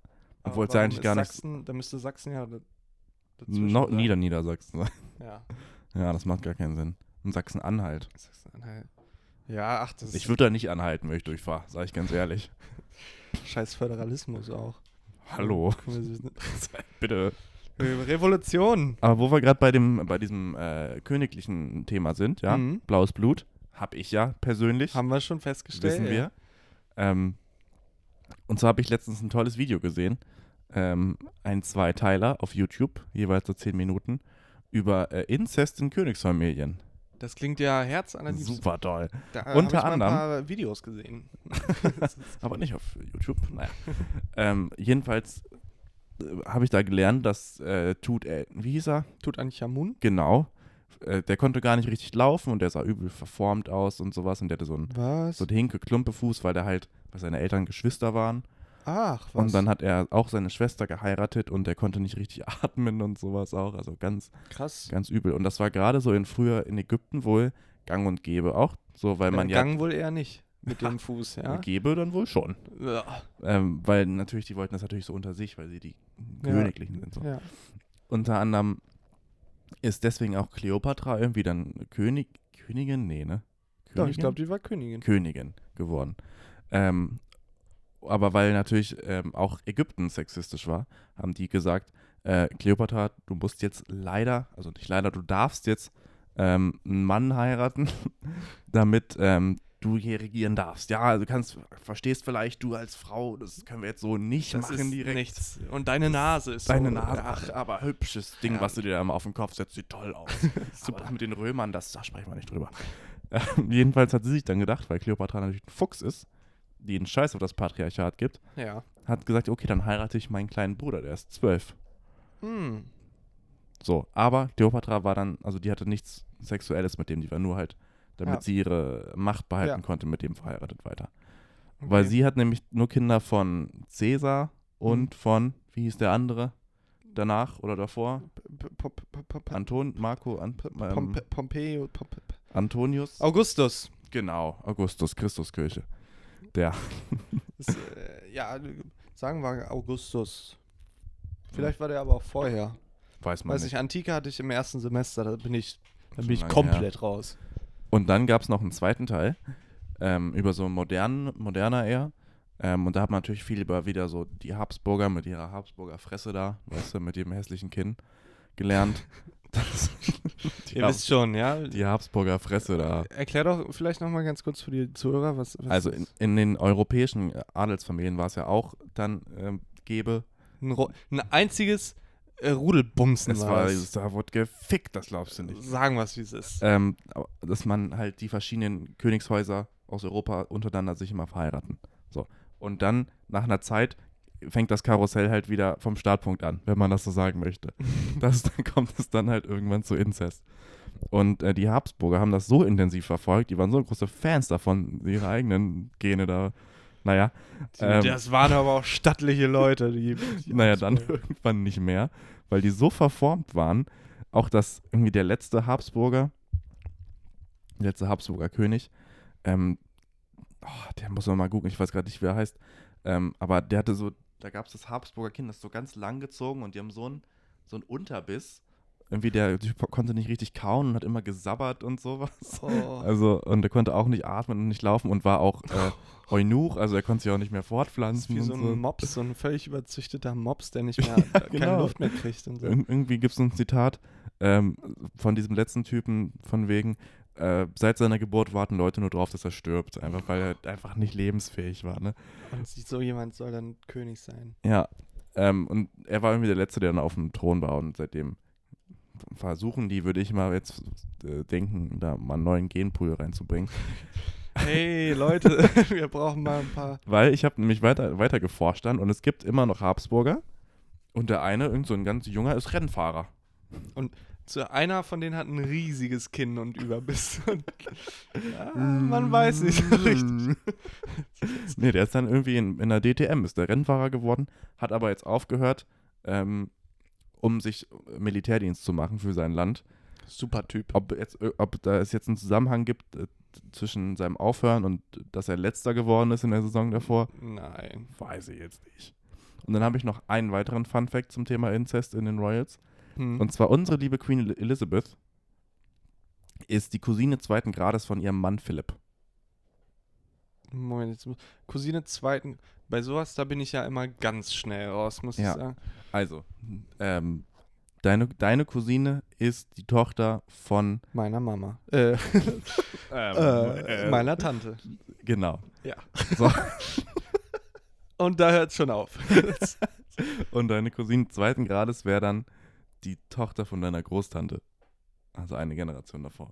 S3: Aber
S2: Obwohl es
S3: warum
S2: eigentlich
S3: ist
S2: gar nicht-
S3: Sachsen, da müsste Sachsen ja da- dazwischen
S2: No,
S3: sein.
S2: Nieder-Niedersachsen.
S3: Ja,
S2: Ja, das macht gar keinen Sinn. Und Sachsen-Anhalt.
S3: Sachsen-Anhalt. Ja, ach, das
S2: Ich
S3: ist
S2: würde da nicht anhalten, wenn ich durchfahre, sage ich ganz ehrlich.
S3: scheiß Föderalismus auch.
S2: Hallo,
S3: Guck mal, sie sind-
S2: bitte.
S3: Revolution.
S2: Aber wo wir gerade bei dem, bei diesem äh, königlichen Thema sind, ja,
S3: Mhm.
S2: blaues Blut, habe ich ja persönlich,
S3: Haben wir schon festgestellt.
S2: wissen wir. Ähm, und so habe ich letztens ein tolles Video gesehen, ähm, ein Zweiteiler auf YouTube, jeweils so 10 Minuten, über äh, Inzest in Königsfamilien.
S3: Das klingt ja herzanalytisch.
S2: Super toll.
S3: Da hab
S2: Unter
S3: ich mal
S2: anderem-
S3: ein paar Videos gesehen.
S2: aber nicht auf YouTube. Naja. ähm, jedenfalls äh, habe ich da gelernt, dass äh, Tut, äh, wie hieß er?
S3: Tut Anchamun.
S2: Genau. Äh, der konnte gar nicht richtig laufen und der sah übel verformt aus und sowas und der hatte so einen,
S3: Was?
S2: so einen hinke Klumpefuß, weil der halt, weil seine Eltern Geschwister waren.
S3: Ach, was?
S2: Und dann hat er auch seine Schwester geheiratet und der konnte nicht richtig atmen und sowas auch. Also ganz,
S3: krass.
S2: ganz übel. Und das war gerade so in früher in Ägypten wohl gang und gäbe auch. So, weil
S3: Im
S2: man ja.
S3: Äh, Gang wohl eher nicht. Mit dem Fuß, ja.
S2: Gäbe dann wohl schon.
S3: Ja.
S2: Ähm, weil natürlich, die wollten das natürlich so unter sich, weil sie die Königlichen sind. So.
S3: ja.
S2: Unter anderem ist deswegen auch Kleopatra irgendwie dann König, Königin? Nee, ne?
S3: Doch, ich glaube, die war Königin.
S2: Königin geworden. Ähm, aber weil natürlich ähm, auch Ägypten sexistisch war, haben die gesagt, äh, Kleopatra, du musst jetzt leider, also nicht leider, du darfst jetzt ähm, einen Mann heiraten, damit ähm, du hier regieren darfst. Ja, also du kannst, verstehst vielleicht, du als Frau, das können wir jetzt so nicht
S3: Das
S2: machen
S3: ist
S2: direkt.
S3: nichts. Und deine Nase ist
S2: Deine
S3: so,
S2: Nase,
S3: Ach,
S2: äh, ach, aber hübsches Ding,
S3: Ja.
S2: was du dir da mal auf den Kopf setzt, sieht toll aus. Super. Aber mit den Römern, das, da sprechen wir nicht drüber. Ähm, jedenfalls hat sie sich dann gedacht, weil Kleopatra natürlich ein Fuchs ist, die einen Scheiß auf das Patriarchat gibt,
S3: ja.
S2: hat gesagt, okay, dann heirate ich meinen kleinen Bruder, der ist zwölf.
S3: Hm.
S2: So, aber Kleopatra war dann, also die hatte nichts Sexuelles mit dem, die war nur halt, damit
S3: Ja.
S2: sie ihre Macht behalten
S3: Ja.
S2: konnte, mit dem verheiratet weiter.
S3: Okay. Hm.
S2: Weil sie hat nämlich nur Kinder von Cäsar und von, wie hieß der andere, danach oder davor?
S3: P- P- P- P- P-
S2: Anton, Marco, An, ähm,
S3: Pompe- Pompeo. Pompe-
S2: Antonius.
S3: Augustus.
S2: Genau, Augustus, Christuskirche. Der.
S3: Ist, äh, ja, sagen wir Augustus. Vielleicht war der aber auch vorher.
S2: Weiß man
S3: Weiß
S2: nicht.
S3: ich, Antike hatte ich im ersten Semester, da bin ich, da bin
S2: Schon
S3: ich
S2: lange
S3: komplett raus.
S2: Und dann gab es noch einen zweiten Teil ähm, über so modernen, moderner eher. Ähm, und da hat man natürlich viel über wieder so die Habsburger mit ihrer Habsburger Fresse da, weißt du, mit ihrem hässlichen Kinn gelernt. Das, die,
S3: Ihr
S2: Hab-
S3: wisst Äh, schon, ja.
S2: die Habsburger Fresse da.
S3: Erklär doch vielleicht nochmal ganz kurz für die Zuhörer, was. was
S2: Also in, in den europäischen Adelsfamilien war es ja auch dann ähm, gäbe.
S3: ein, Ro- ein einziges
S1: äh, Rudelbumsen
S2: Es
S1: war
S2: war,
S1: es.
S2: da wurde gefickt, das glaubst du nicht.
S1: Sagen wir es, wie es ist.
S2: Ähm, aber dass man halt die verschiedenen Königshäuser aus Europa untereinander sich immer verheiraten. So. Und dann, nach einer Zeit, fängt das Karussell halt wieder vom Startpunkt an, wenn man das so sagen möchte. das, dann kommt es dann halt irgendwann zu Inzest. Und äh, die Habsburger haben das so intensiv verfolgt, die waren so große Fans davon, ihre eigenen Gene da. Naja. ähm,
S1: das waren aber auch stattliche Leute, die. die
S2: naja, dann irgendwann nicht mehr, weil die so verformt waren, auch dass irgendwie der letzte Habsburger, der letzte Habsburger König, ähm, oh, der muss man mal gucken, ich weiß gerade nicht, wie er heißt, ähm, aber der hatte so, da gab es das Habsburger Kind, das ist so ganz lang gezogen und die haben so einen so einen Unterbiss. Irgendwie, der Typ konnte nicht richtig kauen und hat immer gesabbert und sowas.
S1: Oh.
S2: Also, und er konnte auch nicht atmen und nicht laufen und war auch äh, Eunuch, also er konnte sich auch nicht mehr
S1: Das ist
S2: fortpflanzen.
S1: wie so
S2: und
S1: ein
S2: so.
S1: Mops, so ein völlig überzüchteter Mops, der nicht mehr keine
S2: genau.
S1: Luft mehr kriegt und so.
S2: Ir irgendwie gibt es ein Zitat ähm, von diesem letzten Typen, von wegen, äh, seit seiner Geburt warten Leute nur drauf, dass er stirbt, einfach weil er einfach nicht lebensfähig war. Ne?
S1: Und so jemand soll dann König sein.
S2: Ja, ähm, und er war irgendwie der Letzte, der dann auf dem Thron war und seitdem versuchen die, würde ich mal jetzt äh, denken, da mal einen neuen Genpool reinzubringen.
S1: Hey Leute, wir brauchen mal ein paar.
S2: Weil ich habe nämlich weiter, weiter geforscht dann und es gibt immer noch Habsburger und der eine, irgend so ein ganz junger, ist Rennfahrer.
S1: Zu einer von denen hat ein riesiges Kinn und Überbiss. Und, ah, man weiß nicht so
S2: Mm.
S1: richtig.
S2: Hm. Nee, der ist dann irgendwie in, in der DTM, ist der Rennfahrer geworden, hat aber jetzt aufgehört, ähm, um sich Militärdienst zu machen für sein Land.
S1: Super Typ.
S2: Ob, jetzt, äh, ob da es jetzt einen Zusammenhang gibt äh, zwischen seinem Aufhören und dass er letzter geworden ist in der Saison davor,
S1: Nein.
S2: weiß ich jetzt nicht. Und dann habe ich noch einen weiteren Fun-Fact zum Thema Inzest in den Royals.
S1: Hm.
S2: Und zwar unsere liebe Queen El- Elizabeth ist die Cousine zweiten Grades von ihrem Mann Philipp.
S1: Moment, jetzt muss, Cousine zweiten. Bei sowas, da bin ich ja immer ganz schnell raus, muss
S2: Ja.
S1: ich sagen.
S2: Also, ähm, deine, deine Cousine ist die Tochter von,
S1: Meiner Mama. Äh, äh, meiner Tante.
S2: genau.
S1: Ja.
S2: So,
S1: Und da hört es schon auf.
S2: und deine Cousine zweiten Grades wäre dann die Tochter von deiner Großtante. Also eine Generation davor.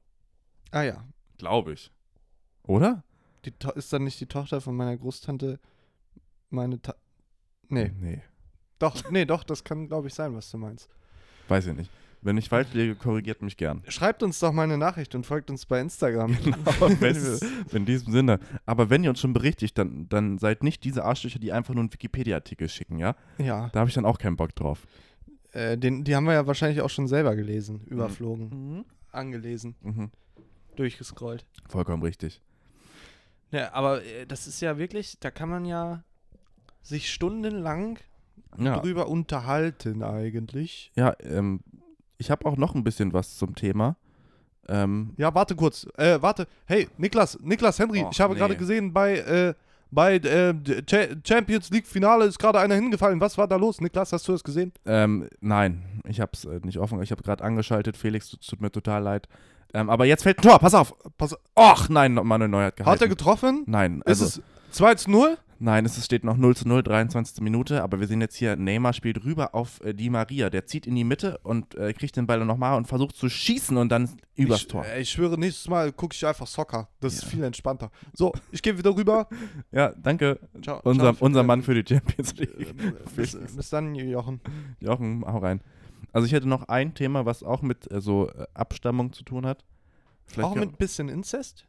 S1: ah ja.
S2: Glaube ich. Oder?
S1: Die To- ist dann nicht die Tochter von meiner Großtante meine Ta Nee,
S2: Nee.
S1: doch, nee, doch, das kann, glaube ich, sein, was du meinst.
S2: Weiß ich nicht. Wenn ich falsch liege, korrigiert mich gern.
S1: Schreibt uns doch mal eine Nachricht und folgt uns bei Instagram.
S2: wenn wir, in diesem Sinne. Aber wenn ihr uns schon berichtigt, dann, dann seid nicht diese Arschlöcher, die einfach nur einen Wikipedia-Artikel schicken, ja?
S1: ja,
S2: Da habe ich dann auch keinen Bock drauf.
S1: äh, den, die haben wir ja wahrscheinlich auch schon selber gelesen, überflogen,
S2: Mhm.
S1: angelesen, durchgescrollt.
S2: Vollkommen richtig.
S1: Ja, aber äh, das ist ja wirklich, da kann man ja sich stundenlang
S2: Ja,
S1: drüber unterhalten eigentlich.
S2: ja ähm, ich habe auch noch ein bisschen was zum Thema. Ähm,
S1: Ja, warte kurz. Äh, warte. Hey, Niklas, Niklas Henry,
S2: Och,
S1: ich habe
S2: nee.
S1: gerade gesehen, bei, äh, bei äh, Cha- Champions League Finale ist gerade einer hingefallen. Was war da los? Niklas, hast du das gesehen?
S2: ähm, nein, ich habe es äh, nicht offen. Ich habe gerade angeschaltet. Felix, tut, tut mir total leid. Ähm, aber jetzt fällt ein Tor. Pass auf. Pass Och, nein, Manuel Neuer hat gehalten.
S1: Hat er getroffen?
S2: Nein, also,
S1: ist es 2 zu 0?
S2: nein, es ist- steht noch 0 zu 0, 23. Minute, aber wir sehen jetzt hier, Neymar spielt rüber auf äh, Di Maria. Der zieht in die Mitte und äh, kriegt den Ball nochmal und versucht zu schießen und dann übers
S1: ich,
S2: Tor.
S1: Äh, ich schwöre, nächstes Mal gucke ich einfach Soccer. Das ist viel entspannter. So, ich gehe wieder rüber.
S2: Ja, danke.
S1: Ciao.
S2: Unser,
S1: ciao.
S2: unser Mann für die Champions League.
S1: Ähm, Bis, bis dann, Jochen.
S2: Jochen, hau rein. Also ich hätte noch ein Thema, was auch mit äh, so äh, Abstammung zu tun hat. Vielleicht
S1: Auch
S2: kann-
S1: mit ein bisschen Inzest?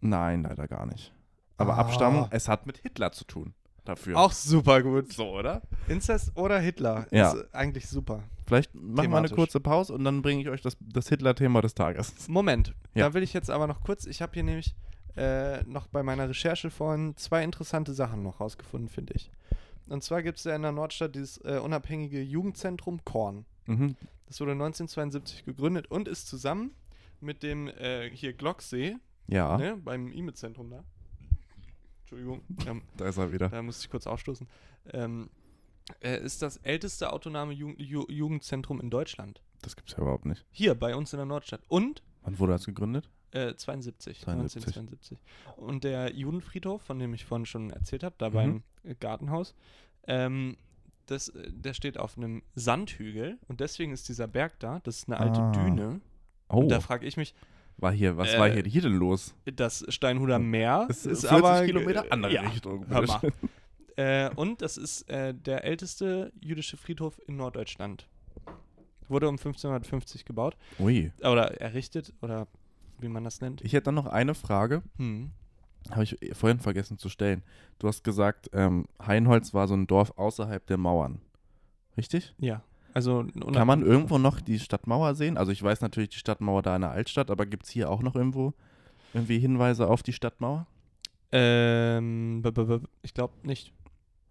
S2: Nein, leider gar nicht. Aber
S1: Ah.
S2: Abstammung, es hat mit Hitler zu tun. Dafür.
S1: Auch super gut.
S2: so, oder?
S1: Inzest oder Hitler
S2: Ja.
S1: ist eigentlich super.
S2: Vielleicht machen wir eine
S1: Thematisch.
S2: kurze Pause und dann bringe ich euch das, das Hitler-Thema des Tages.
S1: Moment,
S2: Ja.
S1: da will ich jetzt aber noch kurz, ich habe hier nämlich äh, noch bei meiner Recherche vorhin zwei interessante Sachen noch rausgefunden, finde ich. Und zwar gibt es ja in der Nordstadt dieses äh, unabhängige Jugendzentrum Korn.
S2: Mhm.
S1: Das wurde 1972 gegründet und ist zusammen mit dem äh, hier Glocksee,
S2: Ja,
S1: ne, beim E-Mail-Zentrum da. Entschuldigung, ähm,
S2: da ist er wieder.
S1: da musste ich kurz aufstoßen. Ähm, äh, ist das älteste autonome Jugend Ju Jugendzentrum in Deutschland.
S2: Das gibt's ja überhaupt nicht.
S1: Hier bei uns in der Nordstadt. Und
S2: Wann wurde das gegründet?
S1: Äh, 72,
S2: 72.
S1: 1972. Und
S2: Mhm.
S1: der Judenfriedhof, von dem ich vorhin schon erzählt habe, da beim Gartenhaus, ähm, das, äh, der steht auf einem Sandhügel und deswegen ist dieser Berg da. Das ist eine alte
S2: Ah.
S1: Düne.
S2: Oh,
S1: Und da frage ich mich,
S2: war hier, was
S1: äh,
S2: war hier, hier denn los?
S1: das Steinhuder Meer
S2: Es
S1: ist
S2: 40
S1: aber
S2: Kilometer andere
S1: ja,
S2: Richtung.
S1: Hör mal. äh, und das ist äh, der älteste jüdische Friedhof in Norddeutschland. Wurde um 1550 gebaut
S2: Ui.
S1: oder errichtet oder wie man das nennt.
S2: Ich hätte dann noch eine Frage,
S1: Hm.
S2: habe ich vorhin vergessen zu stellen. Du hast gesagt, ähm, Heinholz war so ein Dorf außerhalb der Mauern. Richtig?
S1: Ja, also ein
S2: Kann man irgendwo noch die Stadtmauer sehen? Also ich weiß natürlich die Stadtmauer da in der Altstadt, aber gibt es hier auch noch irgendwo irgendwie Hinweise auf die Stadtmauer?
S1: Ähm, b- b- b- ich glaube nicht.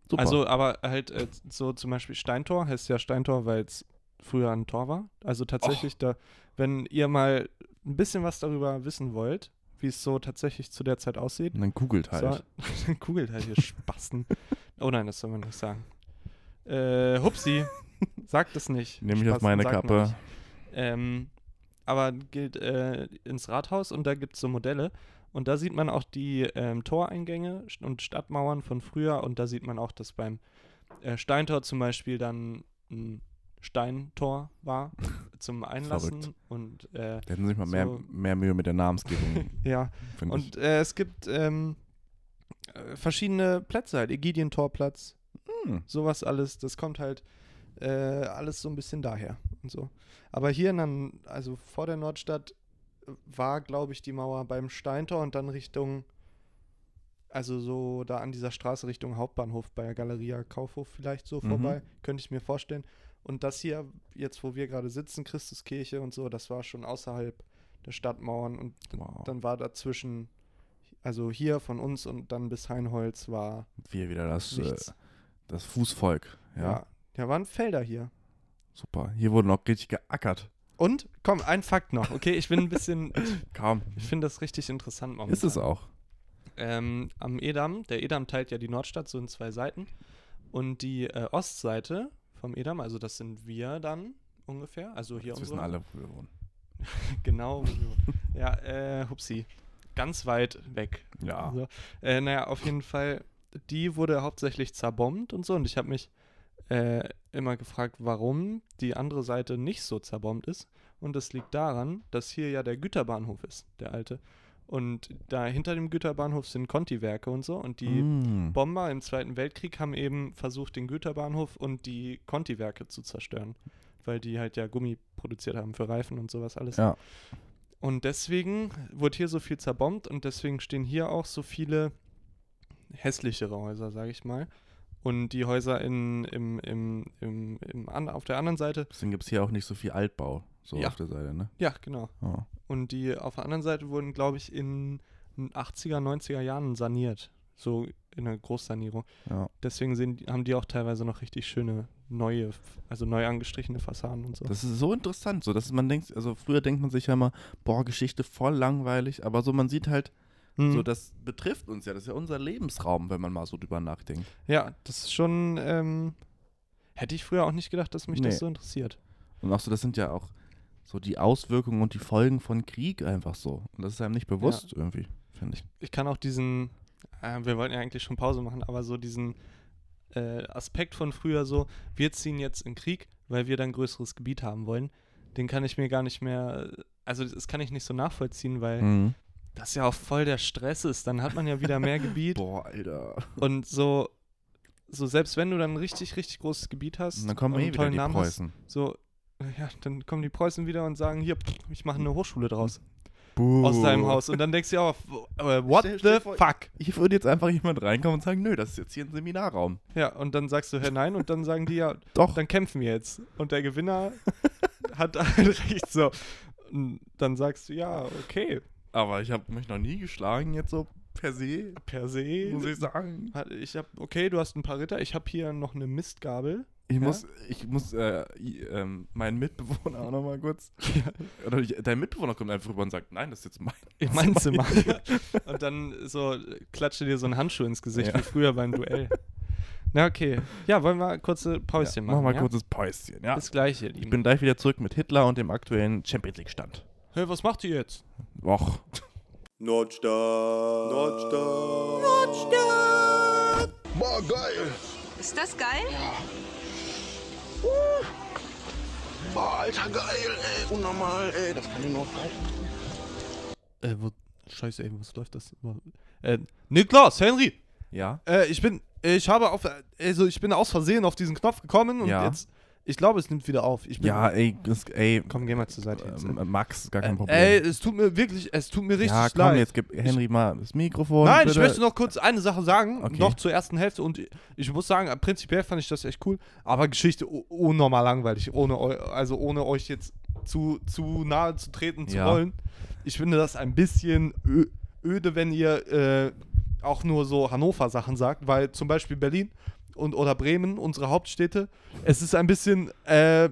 S2: Super.
S1: Also, aber halt äh, so zum Beispiel Steintor heißt ja Steintor, weil es früher ein Tor war. Also tatsächlich, da, wenn ihr mal ein bisschen was darüber wissen wollt, wie es so tatsächlich zu der Zeit aussieht,
S2: Und dann googelt halt.
S1: so- dann googelt halt hier Spasten. oh nein, das soll man nicht sagen. Äh, hupsi, sagt es nicht.
S2: Nehme ich auf
S1: Spasten,
S2: meine
S1: sagt man
S2: Kappe.
S1: nicht. Ähm, aber geht äh, ins Rathaus und da gibt es so Modelle. Und da sieht man auch die ähm, Toreingänge st- und Stadtmauern von früher. Und da sieht man auch, dass beim äh, Steintor zum Beispiel dann ein Steintor war zum Einlassen.
S2: Verrückt.
S1: Und äh,
S2: Da hätten sie sich mal mehr,
S1: So.
S2: mehr Mühe mit der Namensgebung,
S1: ja,
S2: finde ich.
S1: und äh, es gibt ähm, äh, verschiedene Plätze halt. Ägidientorplatz,
S2: Hm.
S1: sowas alles. Das kommt halt äh, alles so ein bisschen daher und so. Aber hier, in an, also vor der Nordstadt, äh, war, glaube ich, die Mauer beim Steintor und dann Richtung, also so da an dieser Straße Richtung Hauptbahnhof bei der Galeria Kaufhof vielleicht so
S2: Mhm.
S1: vorbei, könnte ich mir vorstellen. Und das hier, jetzt wo wir gerade sitzen, Christuskirche und so, das war schon außerhalb der Stadtmauern und
S2: Wow.
S1: dann war dazwischen, also hier von uns und dann bis Heinholz war
S2: Wir wieder das, äh,
S1: nichts.
S2: das Fußvolk. Ja,
S1: ja. Da waren Felder hier.
S2: super. Hier wurde noch richtig geackert.
S1: Und, komm, ein Fakt noch, okay? Ich bin ein bisschen,
S2: Kaum.
S1: ich finde das richtig interessant momentan.
S2: Ist es auch.
S1: Ähm, am Edam, der Edam teilt ja die Nordstadt so in zwei Seiten. Und die äh, Ostseite vom Edam, also das sind wir dann ungefähr, also hier
S2: Jetzt wissen
S1: unsere-
S2: alle, wo wir wohnen.
S1: Genau. wo wir wohnen. ja, äh, hupsi. Ganz weit weg.
S2: Ja.
S1: So. Äh, naja, auf jeden Fall, die wurde hauptsächlich zerbombt und so. Und ich habe mich äh, immer gefragt, warum die andere Seite nicht so zerbombt ist. Und das liegt daran, dass hier ja der Güterbahnhof ist, der alte. Und da hinter dem Güterbahnhof sind Conti-Werke und so. Und die
S2: Mm.
S1: Bomber im Zweiten Weltkrieg haben eben versucht, den Güterbahnhof und die Conti-Werke zu zerstören, weil die halt ja Gummi produziert haben für Reifen und sowas alles.
S2: Ja.
S1: Und deswegen wurde hier so viel zerbombt und deswegen stehen hier auch so viele hässlichere Häuser, sage ich mal. Und die Häuser in, im, im, im, im an, auf der anderen Seite,
S2: Deswegen gibt es hier auch nicht so viel Altbau, so
S1: Ja.
S2: auf der Seite, ne?
S1: ja, genau.
S2: Oh.
S1: Und die auf der anderen Seite wurden, glaube ich, in den 80er, 90er Jahren saniert. So in einer Großsanierung.
S2: Ja.
S1: Deswegen sehen, die- haben die auch teilweise noch richtig schöne neue, f- also neu angestrichene Fassaden und so.
S2: Das ist so interessant, so dass man denkt, also früher denkt man sich ja immer, boah, Geschichte voll langweilig, aber so man sieht halt,
S1: Hm.
S2: so das betrifft uns ja, das ist ja unser Lebensraum, wenn man mal so drüber nachdenkt.
S1: ja, das ist schon, ähm, hätte ich früher auch nicht gedacht, dass mich
S2: Nee.
S1: das so interessiert.
S2: Und auch so, das sind ja auch so die Auswirkungen und die Folgen von Krieg einfach so. Und das ist einem nicht bewusst irgendwie, finde ich.
S1: Ich kann auch diesen, äh, wir wollten ja eigentlich schon Pause machen, aber so diesen äh, Aspekt von früher so, wir ziehen jetzt in Krieg, weil wir dann größeres Gebiet haben wollen, den kann ich mir gar nicht mehr, also das kann ich nicht so nachvollziehen, weil
S2: Mhm.
S1: das ja auch voll der Stress ist. Dann hat man ja wieder mehr Gebiet
S2: Boah, Alter.
S1: und so, so selbst wenn du dann ein richtig, richtig großes Gebiet hast,
S2: Und dann kommen
S1: und
S2: eh
S1: einen
S2: wieder
S1: tollen
S2: die
S1: Namen hast,
S2: Preußen.
S1: so, ja, dann kommen die Preußen wieder und sagen, hier, pff, ich mache eine Hochschule draus
S2: Buh.
S1: aus deinem Haus. Und dann denkst du ja auch, äh, what
S2: Stell- stell
S1: the
S2: vor-
S1: fuck?
S2: Hier würde jetzt einfach jemand reinkommen und sagen, nö, das ist jetzt hier ein Seminarraum.
S1: Ja, und dann sagst du, hä, nein, und dann sagen die ja,
S2: Doch.
S1: dann kämpfen wir jetzt. Und der Gewinner hat halt recht so. Und dann sagst du, ja, okay,
S2: Aber ich habe mich noch nie geschlagen jetzt so per se,
S1: per se.
S2: muss ich sagen.
S1: Hat- Ich hab, okay, du hast ein paar Ritter, ich habe hier noch eine Mistgabel.
S2: Ich
S1: Ja?
S2: muss, ich muss äh, i- ähm, meinen Mitbewohner auch nochmal kurz. Oder ich, dein Mitbewohner kommt einfach rüber und sagt, nein, das ist jetzt mein.
S1: Ich mein Zimmer. Und dann so äh, klatsche dir so ein Handschuh ins Gesicht,
S2: Ja.
S1: wie früher beim Duell. Na, okay. Ja, wollen wir kurze Päuschen
S2: Mach
S1: machen.
S2: mal
S1: ja?
S2: kurzes Päuschen, ja.
S1: Bis gleich, ihr
S2: Ich
S1: Lieben.
S2: bin gleich wieder zurück mit Hitler und dem aktuellen Champions League-Stand.
S1: hey, was macht ihr jetzt?
S2: Och.
S3: Nordstadt. Nordstadt. Nordstadt.
S6: Ist das geil?
S4: Boah, Alter, geil, ey. Unnormal, ey. Das kann ich nur freuen.
S1: Äh, wo, scheiße, ey, was läuft das? immer? Äh, Niklas, Henry,
S2: Ja.
S1: äh, ich bin, ich habe auf, also ich bin aus Versehen auf diesen Knopf gekommen und
S2: Ja.
S1: jetzt, ich glaube, es nimmt wieder auf. Ich bin,
S2: Ja, ey, das, ey
S1: komm, geh mal zur Seite jetzt. Äh,
S2: ähm, Max, gar kein Problem.
S1: Ey, es tut mir wirklich, es tut mir richtig
S2: ja, komm,
S1: leid.
S2: jetzt gib Henry mal das Mikrofon.
S1: Nein,
S2: bitte.
S1: ich möchte noch kurz eine Sache sagen,
S2: Okay.
S1: noch zur ersten Hälfte. Und ich muss sagen, prinzipiell fand ich das echt cool, aber Geschichte u- unnormal langweilig, ohne eu also ohne euch jetzt zu, zu nahe zu treten zu
S2: Ja.
S1: wollen. Ich finde das ein bisschen ö öde, wenn ihr äh, auch nur so Hannover-Sachen sagt, weil zum Beispiel Berlin und oder Bremen, unsere Hauptstädte, es ist ein bisschen äh,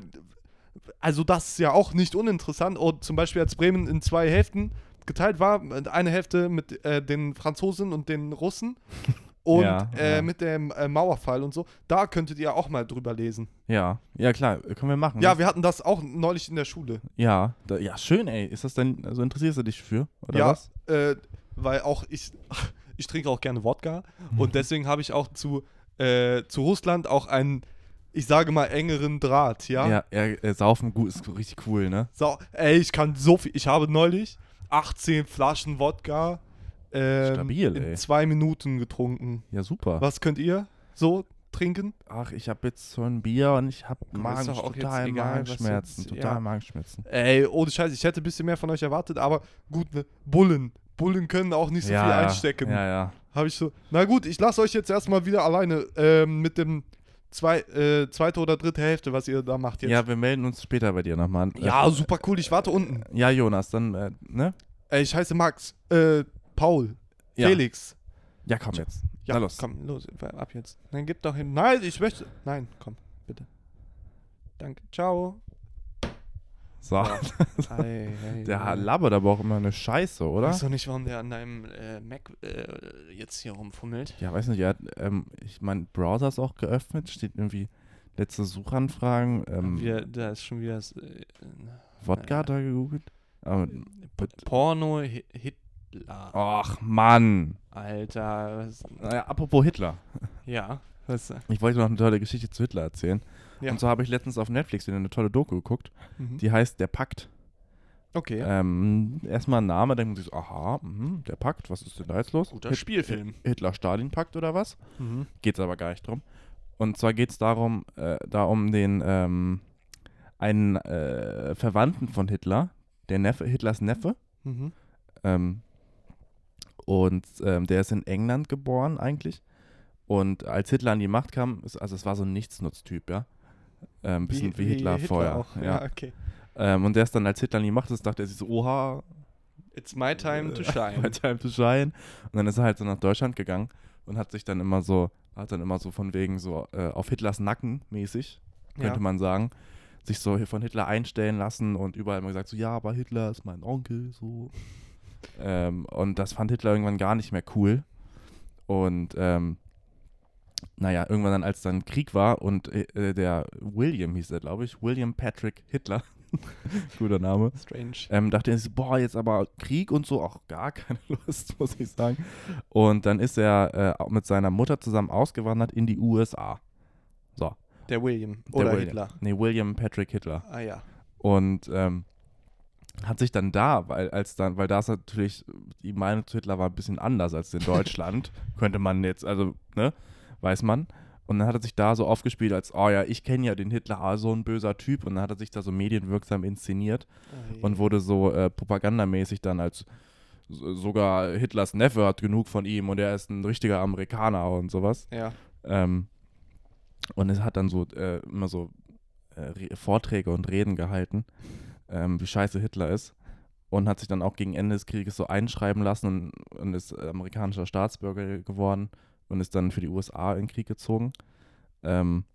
S1: also das ist ja auch nicht uninteressant. Und zum Beispiel als Bremen in zwei Hälften geteilt war, eine Hälfte mit äh, den Franzosen und den Russen und
S2: Ja,
S1: äh,
S2: ja.
S1: mit dem äh, Mauerfall und so, da könntet ihr auch mal drüber lesen.
S2: Ja, ja klar, können wir machen. ne?
S1: Ja, wir hatten das auch neulich in der Schule.
S2: ja, da, ja, schön, ey. Ist das denn, also interessierst du dich für? Oder
S1: ja,
S2: was?
S1: Äh, weil auch ich, ich trinke auch gerne Wodka und deswegen habe ich auch zu, äh, zu Russland auch einen, ich sage mal, engeren Draht, ja.
S2: Ja, ja, äh, saufen gut ist richtig cool, ne?
S1: Sau ey, ich kann so viel. Ich habe neulich 18 Flaschen Wodka ähm,
S2: Stabil,
S1: in
S2: ey.
S1: zwei Minuten getrunken.
S2: Ja, super.
S1: Was könnt ihr so trinken?
S2: Ach, ich habe jetzt so ein Bier und ich habe Magen,
S1: doch auch jetzt
S2: total
S1: egal, was
S2: Magenschmerzen,
S1: jetzt-
S2: total
S1: ja.
S2: Magenschmerzen.
S1: Ey, ohne Scheiß, ich hätte ein bisschen mehr von euch erwartet, aber gut, ne? Bullen. Bullen können auch nicht so viel einstecken.
S2: Ja, ja.
S1: Habe ich so. Na gut, ich lasse euch jetzt erstmal wieder alleine ähm, mit dem zwei, äh, zweite oder dritte Hälfte, was ihr da macht jetzt.
S2: Ja, wir melden uns später bei dir nochmal.
S1: Ja, super cool, ich warte unten.
S2: Ja, Jonas, dann, äh, ne?
S1: Ey, ich heiße Max, äh, Paul,
S2: Ja.
S1: Felix.
S2: Ja, komm jetzt.
S1: Ja,
S2: Na los.
S1: komm, los, ab jetzt. Dann gib doch hin. Nein, ich möchte. Nein, komm, bitte. Danke, ciao.
S2: So.
S1: Ei, ei,
S2: Der
S1: ei.
S2: labert aber auch immer eine Scheiße,
S3: Ich
S2: oder?
S3: weiß doch nicht, warum der an deinem äh, Mac äh, jetzt hier rumfummelt.
S2: Ja, weiß nicht, er hat, ähm, ich mein, Browser ist auch geöffnet, steht irgendwie letzte Suchanfragen, ähm,
S3: Wir, da ist schon wieder das äh,
S2: Wodka hat er gegoogelt. Aber,
S3: Porno Hi- Hitler.
S2: ach, Mann.
S3: Alter, was,
S2: Naja, apropos Hitler.
S3: ja, was,
S2: Ich wollte noch eine tolle Geschichte zu Hitler erzählen.
S1: Ja.
S2: Und so habe ich letztens auf Netflix wieder eine tolle Doku geguckt,
S1: Mhm.
S2: die heißt Der Pakt.
S1: Okay.
S2: Ähm, erstmal ein Name, dann muss ich so, aha, mhm, der Pakt, was ist denn da jetzt los?
S3: guter
S2: Hit-
S3: Spielfilm.
S2: Hitler-Stalin-Pakt oder was?
S1: Mhm.
S2: Geht es aber gar nicht drum. Und zwar geht es darum, äh, da um den ähm, einen äh, Verwandten von Hitler, der Neffe, Hitlers Neffe.
S1: Mhm.
S2: Ähm, und ähm, der ist in England geboren eigentlich. Und als Hitler an die Macht kam, ist, also es war so ein Nichtsnutz-Typ, ja. Ein ähm, bisschen wie, Hitler, vorher.
S1: auch. Ja.
S2: Ja.
S1: okay.
S2: Ähm, und der ist dann, als Hitler an die Macht ist, dachte er sich so, oha,
S3: It's my time to
S2: bei
S3: shine.
S2: Time to Shine. Und dann ist er halt so nach Deutschland gegangen und hat sich dann immer so, hat dann immer so von wegen so äh, auf Hitlers Nacken mäßig, könnte
S1: Ja.
S2: man sagen, sich so hier von Hitler einstellen lassen und überall immer gesagt so, ja, aber Hitler ist mein Onkel, so. ähm, und das fand Hitler irgendwann gar nicht mehr cool. Und ähm, naja, irgendwann dann, als dann Krieg war und äh, der William hieß er, glaube ich, William Patrick Hitler, guter Name,
S1: Strange.
S2: ähm, dachte er sich, boah, jetzt aber Krieg und so, auch gar keine Lust, muss ich sagen. Und dann ist er äh, mit seiner Mutter zusammen ausgewandert in die USA. So.
S1: Der William.
S2: der
S1: Oder
S2: William.
S1: Hitler.
S2: Nee, William Patrick Hitler.
S1: Ah ja.
S2: Und ähm, hat sich dann da, weil als dann, weil das natürlich, die Meinung zu Hitler war ein bisschen anders als in Deutschland, könnte man jetzt, also, ne, weiß man. Und dann hat er sich da so aufgespielt als, oh ja, ich kenne ja den Hitler, ah, so ein böser Typ. Und dann hat er sich da so medienwirksam inszeniert und wurde so äh, propagandamäßig dann als so- sogar Hitlers Neffe hat genug von ihm und er ist ein richtiger Amerikaner und sowas.
S1: Ja.
S2: Ähm, und es hat dann so äh, immer so äh, Re- Vorträge und Reden gehalten, ähm, wie scheiße Hitler ist. Und hat sich dann auch gegen Ende des Krieges so einschreiben lassen und, und ist amerikanischer Staatsbürger geworden und ist dann für die USA in den Krieg gezogen. Ähm,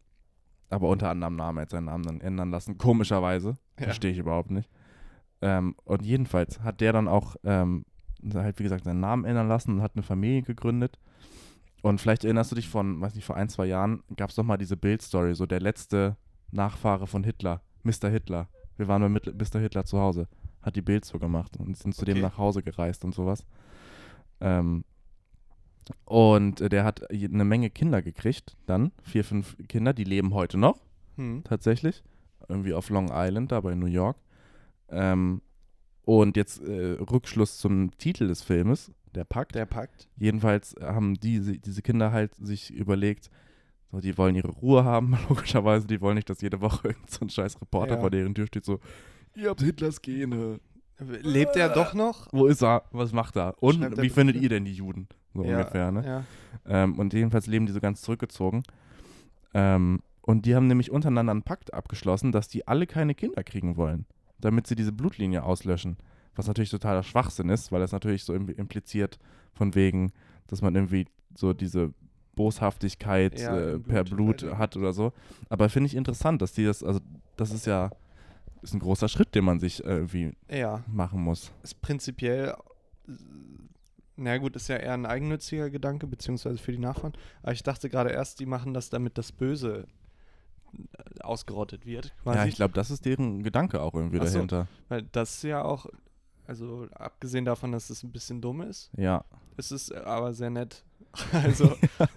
S2: aber unter anderem Namen, er hat seinen Namen dann ändern lassen, komischerweise. Verstehe ich überhaupt nicht. Ähm, und jedenfalls hat der dann auch ähm, halt, wie gesagt, seinen Namen ändern lassen und hat eine Familie gegründet. Und vielleicht erinnerst du dich von, weiß nicht, vor ein, zwei Jahren gab es mal diese Bildstory, so der letzte Nachfahre von Hitler, Mr. Hitler. Wir waren bei Mit- Mr. Hitler zu Hause, hat die Bild so gemacht und sind zu dem
S1: Okay.
S2: nach Hause gereist und sowas. Ähm, und äh, der hat je- eine Menge Kinder gekriegt, dann vier, fünf Kinder, die leben heute noch
S1: Hm.
S2: tatsächlich. irgendwie auf Long Island, da bei New York. Ähm, und jetzt äh, Rückschluss zum Titel des Filmes, der Pakt.
S3: Der Pakt.
S2: Jedenfalls haben diese, diese Kinder halt sich überlegt, so, die wollen ihre Ruhe haben, logischerweise. Die wollen nicht, dass jede Woche irgend so ein scheiß Reporter
S3: Ja.
S2: vor deren Tür steht, so, ihr habt Hitlers Gene. Äh.
S3: Lebt er doch noch?
S2: Wo ist er? Was macht er?
S3: Schreibt
S2: Und
S3: er
S2: wie findet
S3: Briefe?
S2: ihr denn die Juden? So
S3: Ja,
S2: ungefähr, ne?
S3: Ja.
S2: Ähm, und jedenfalls leben die so ganz zurückgezogen. Ähm, und die haben nämlich untereinander einen Pakt abgeschlossen, dass die alle keine Kinder kriegen wollen, damit sie diese Blutlinie auslöschen. Was natürlich totaler Schwachsinn ist, weil das natürlich so im- impliziert von wegen, dass man irgendwie so diese Boshaftigkeit
S3: Ja,
S2: äh,
S3: im
S2: per
S3: Blut,
S2: Blut hat oder so. Aber finde ich interessant, dass die das, also das ist ja, ist ein großer Schritt, den man sich äh, irgendwie
S3: Ja.
S2: machen muss.
S3: Ist prinzipiell, äh, na gut, ist ja eher ein eigennütziger Gedanke, beziehungsweise für die Nachfahren. Aber ich dachte gerade erst, die machen das, damit das Böse äh, ausgerottet wird. Quasi.
S2: ja, ich glaube, das ist deren Gedanke auch irgendwie
S3: Ach so.
S2: dahinter.
S3: Weil das ist ja auch, also abgesehen davon, dass es ein bisschen dumm ist,
S2: Ja.
S3: ist es aber sehr nett. Also,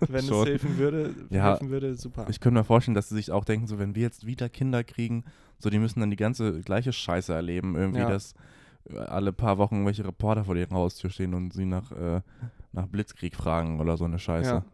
S3: wenn es
S2: schon.
S3: helfen würde,
S2: Ja.
S3: helfen würde, super.
S2: Ich könnte mir vorstellen, dass sie sich auch denken, so wenn wir jetzt wieder Kinder kriegen, so die müssen dann die ganze gleiche Scheiße erleben, irgendwie,
S3: Ja.
S2: dass äh, alle paar Wochen irgendwelche Reporter vor deren Haustür stehen und sie nach, äh, nach Blitzkrieg fragen oder so eine Scheiße.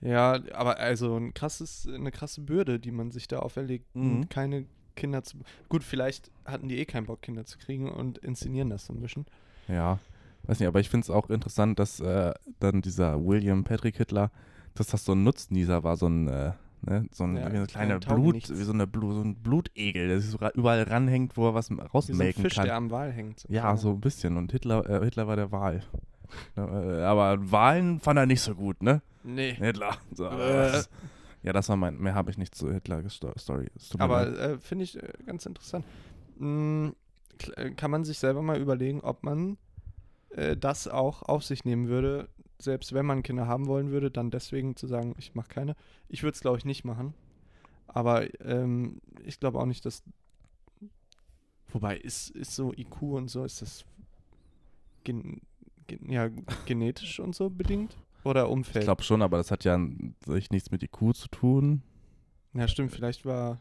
S3: Ja. ja, aber also ein krasses, eine krasse Bürde, die man sich da auferlegt,
S2: Mhm.
S3: n- keine Kinder zu. Gut, vielleicht hatten die eh keinen Bock, Kinder zu kriegen und inszenieren das so ein bisschen.
S2: Ja. Weiß nicht, aber ich finde es auch interessant, dass äh, dann dieser William Patrick Hitler, dass das so ein Nutznießer war, so ein, äh, ne, so ein
S3: Ja,
S2: wie so ein kleiner
S3: ein Taugenichts.
S2: Blut, wie so, eine Blu so ein Blutegel, der sich so ra- überall ranhängt, wo er was
S3: Wie so ein
S2: rausmelken
S3: Fisch,
S2: kann.
S3: der am Wal hängt.
S2: Ja, so ein bisschen. Und Hitler, äh, Hitler war der Wahl. Äh, aber Wahlen fand er nicht so gut, ne?
S3: Nee.
S2: Hitler. So,
S3: Äh.
S2: Ja, das war mein. Mehr habe ich nicht zu Hitler gesto- Story. Es tut mir
S3: Aber
S2: leid.
S3: äh, finde ich äh, ganz interessant. Mm, kl- äh, kann man sich selber mal überlegen, ob man äh, das auch auf sich nehmen würde, selbst wenn man Kinder haben wollen würde, dann deswegen zu sagen, ich mache keine. Ich würde es, glaube ich, nicht machen. Aber ähm, ich glaube auch nicht, dass. Wobei, ist, ist so IQ und so, ist das gen, gen, ja, genetisch und so bedingt? Oder Umfeld?
S2: ich glaube schon, aber das hat ja an sich nichts mit IQ zu tun.
S3: Ja, stimmt, vielleicht war.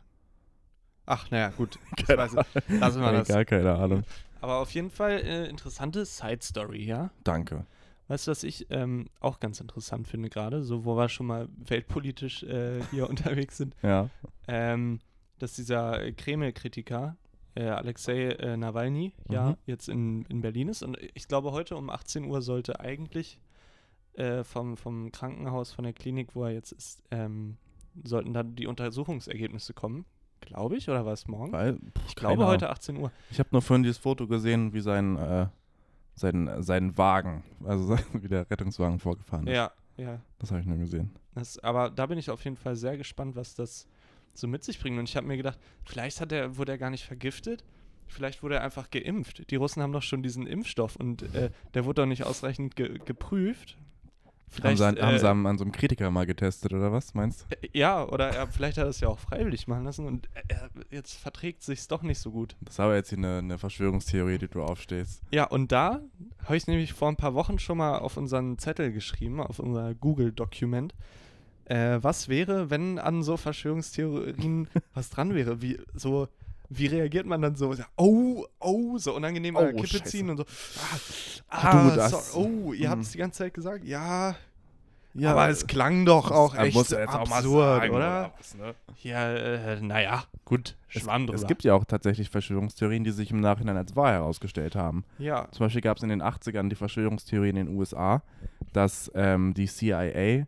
S3: Ach, naja, gut. Ich weiß es. Lassen wir das.
S2: Egal, keine Ahnung.
S3: Aber auf jeden Fall äh, interessante Side-Story, ja.
S2: Danke.
S3: Weißt du, was ich ähm, auch ganz interessant finde gerade, so wo wir schon mal weltpolitisch äh, hier unterwegs sind,
S2: Ja.
S3: ähm, dass dieser äh, Kreml-Kritiker äh, Alexei äh, Nawalny ja
S2: Mhm.
S3: jetzt in, in Berlin ist. Und ich glaube, heute um 18 Uhr sollte eigentlich äh, vom, vom Krankenhaus, von der Klinik, wo er jetzt ist, ähm, sollten dann die Untersuchungsergebnisse kommen. Glaube ich, oder war es morgen?
S2: Weil, pff,
S3: Ich glaube
S2: keine
S3: heute 18 Uhr.
S2: Ich habe nur vorhin dieses Foto gesehen, wie sein, äh, sein, sein Wagen, also sein- wie der Rettungswagen vorgefahren ist.
S3: Ja, ja.
S2: Das habe ich nur gesehen.
S3: Das, aber da bin ich auf jeden Fall sehr gespannt, was das so mit sich bringt. Und ich habe mir gedacht, vielleicht hat er, wurde er gar nicht vergiftet, vielleicht wurde er einfach geimpft. Die Russen haben doch schon diesen Impfstoff und äh, der wurde doch nicht ausreichend ge geprüft.
S2: Haben
S3: Vielleicht,
S2: sie, an, haben
S3: äh,
S2: sie an, an so einem Kritiker mal getestet, oder was, meinst du?
S3: äh, ja, oder er, vielleicht hat er es ja auch freiwillig machen lassen und äh, er, jetzt verträgt sich's doch nicht so gut.
S2: Das ist aber jetzt hier eine, eine Verschwörungstheorie, die du aufstehst.
S3: Ja, und da habe ich nämlich vor ein paar Wochen schon mal auf unseren Zettel geschrieben, auf unser Google-Dokument. Äh, was wäre, wenn an so Verschwörungstheorien was dran wäre? Wie, so, wie reagiert man dann so? Oh, oh, so unangenehm an der
S2: Oh,
S3: Kippe
S2: Scheiße.
S3: ziehen und so.
S2: Ah,
S3: Ah,
S2: du,
S3: ah
S2: das-
S3: so, oh, ihr
S2: hm.
S3: habt es die ganze Zeit gesagt? Ja,
S2: Ja,
S3: aber es klang doch auch
S2: er
S3: echt
S2: muss ja
S3: absurd,
S2: jetzt auch mal sagen,
S3: oder?
S2: oder ne?
S3: Ja, äh, naja, gut, Schwamm drüber.
S2: Es gibt ja auch tatsächlich Verschwörungstheorien, die sich im Nachhinein als wahr herausgestellt haben.
S3: ja,
S2: Zum Beispiel gab es in den 80ern die Verschwörungstheorie in den USA, dass ähm, die CIA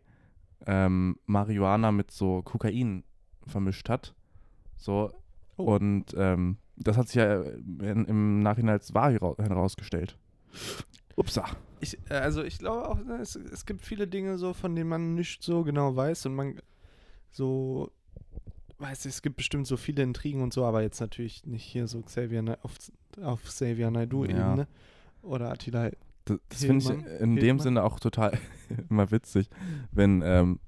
S2: ähm, Marihuana mit so Kokain vermischt hat. So.
S3: Oh.
S2: Und ähm, das hat sich ja äh, in, im Nachhinein als wahr hera- herausgestellt. Upsa.
S3: Ich, äh, also ich glaube auch, ne, es, es gibt viele Dinge so, von denen man nicht so genau weiß und man so, weiß ich, es gibt bestimmt so viele Intrigen und so, aber jetzt natürlich nicht hier so Xavier Na- auf, auf Xavier Naidu-Ebene oder Attila.
S2: Das, das finde
S3: Hildmann?
S2: ich in dem
S3: Hildmann?
S2: Sinne auch total immer witzig, wenn ähm,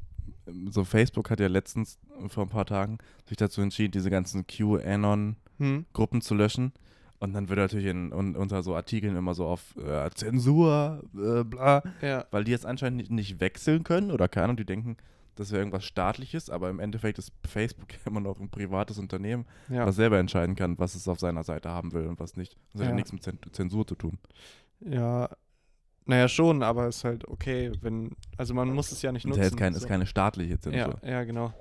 S2: so Facebook hat ja letztens vor ein paar Tagen sich dazu entschieden, diese ganzen QAnon-Gruppen
S3: Hm?
S2: zu löschen. Und dann wird natürlich in, un, unter so Artikeln immer so auf äh, Zensur, äh, bla,
S3: Ja,
S2: weil die jetzt anscheinend nicht, nicht wechseln können oder keine Ahnung, die denken, das wäre irgendwas staatliches, aber im Endeffekt ist Facebook ja immer noch ein privates Unternehmen,
S1: Ja.
S2: was selber entscheiden kann, was es auf seiner Seite haben will und was nicht. Das hat ja
S1: Ja.
S2: nichts mit Zen- Zensur zu tun.
S1: Ja. Naja, schon, aber ist halt okay, wenn. Also man muss es ja nicht
S2: Das
S1: nutzen.
S2: ist, kein,
S1: so.
S2: ist keine staatliche Zensur.
S1: ja, ja, genau.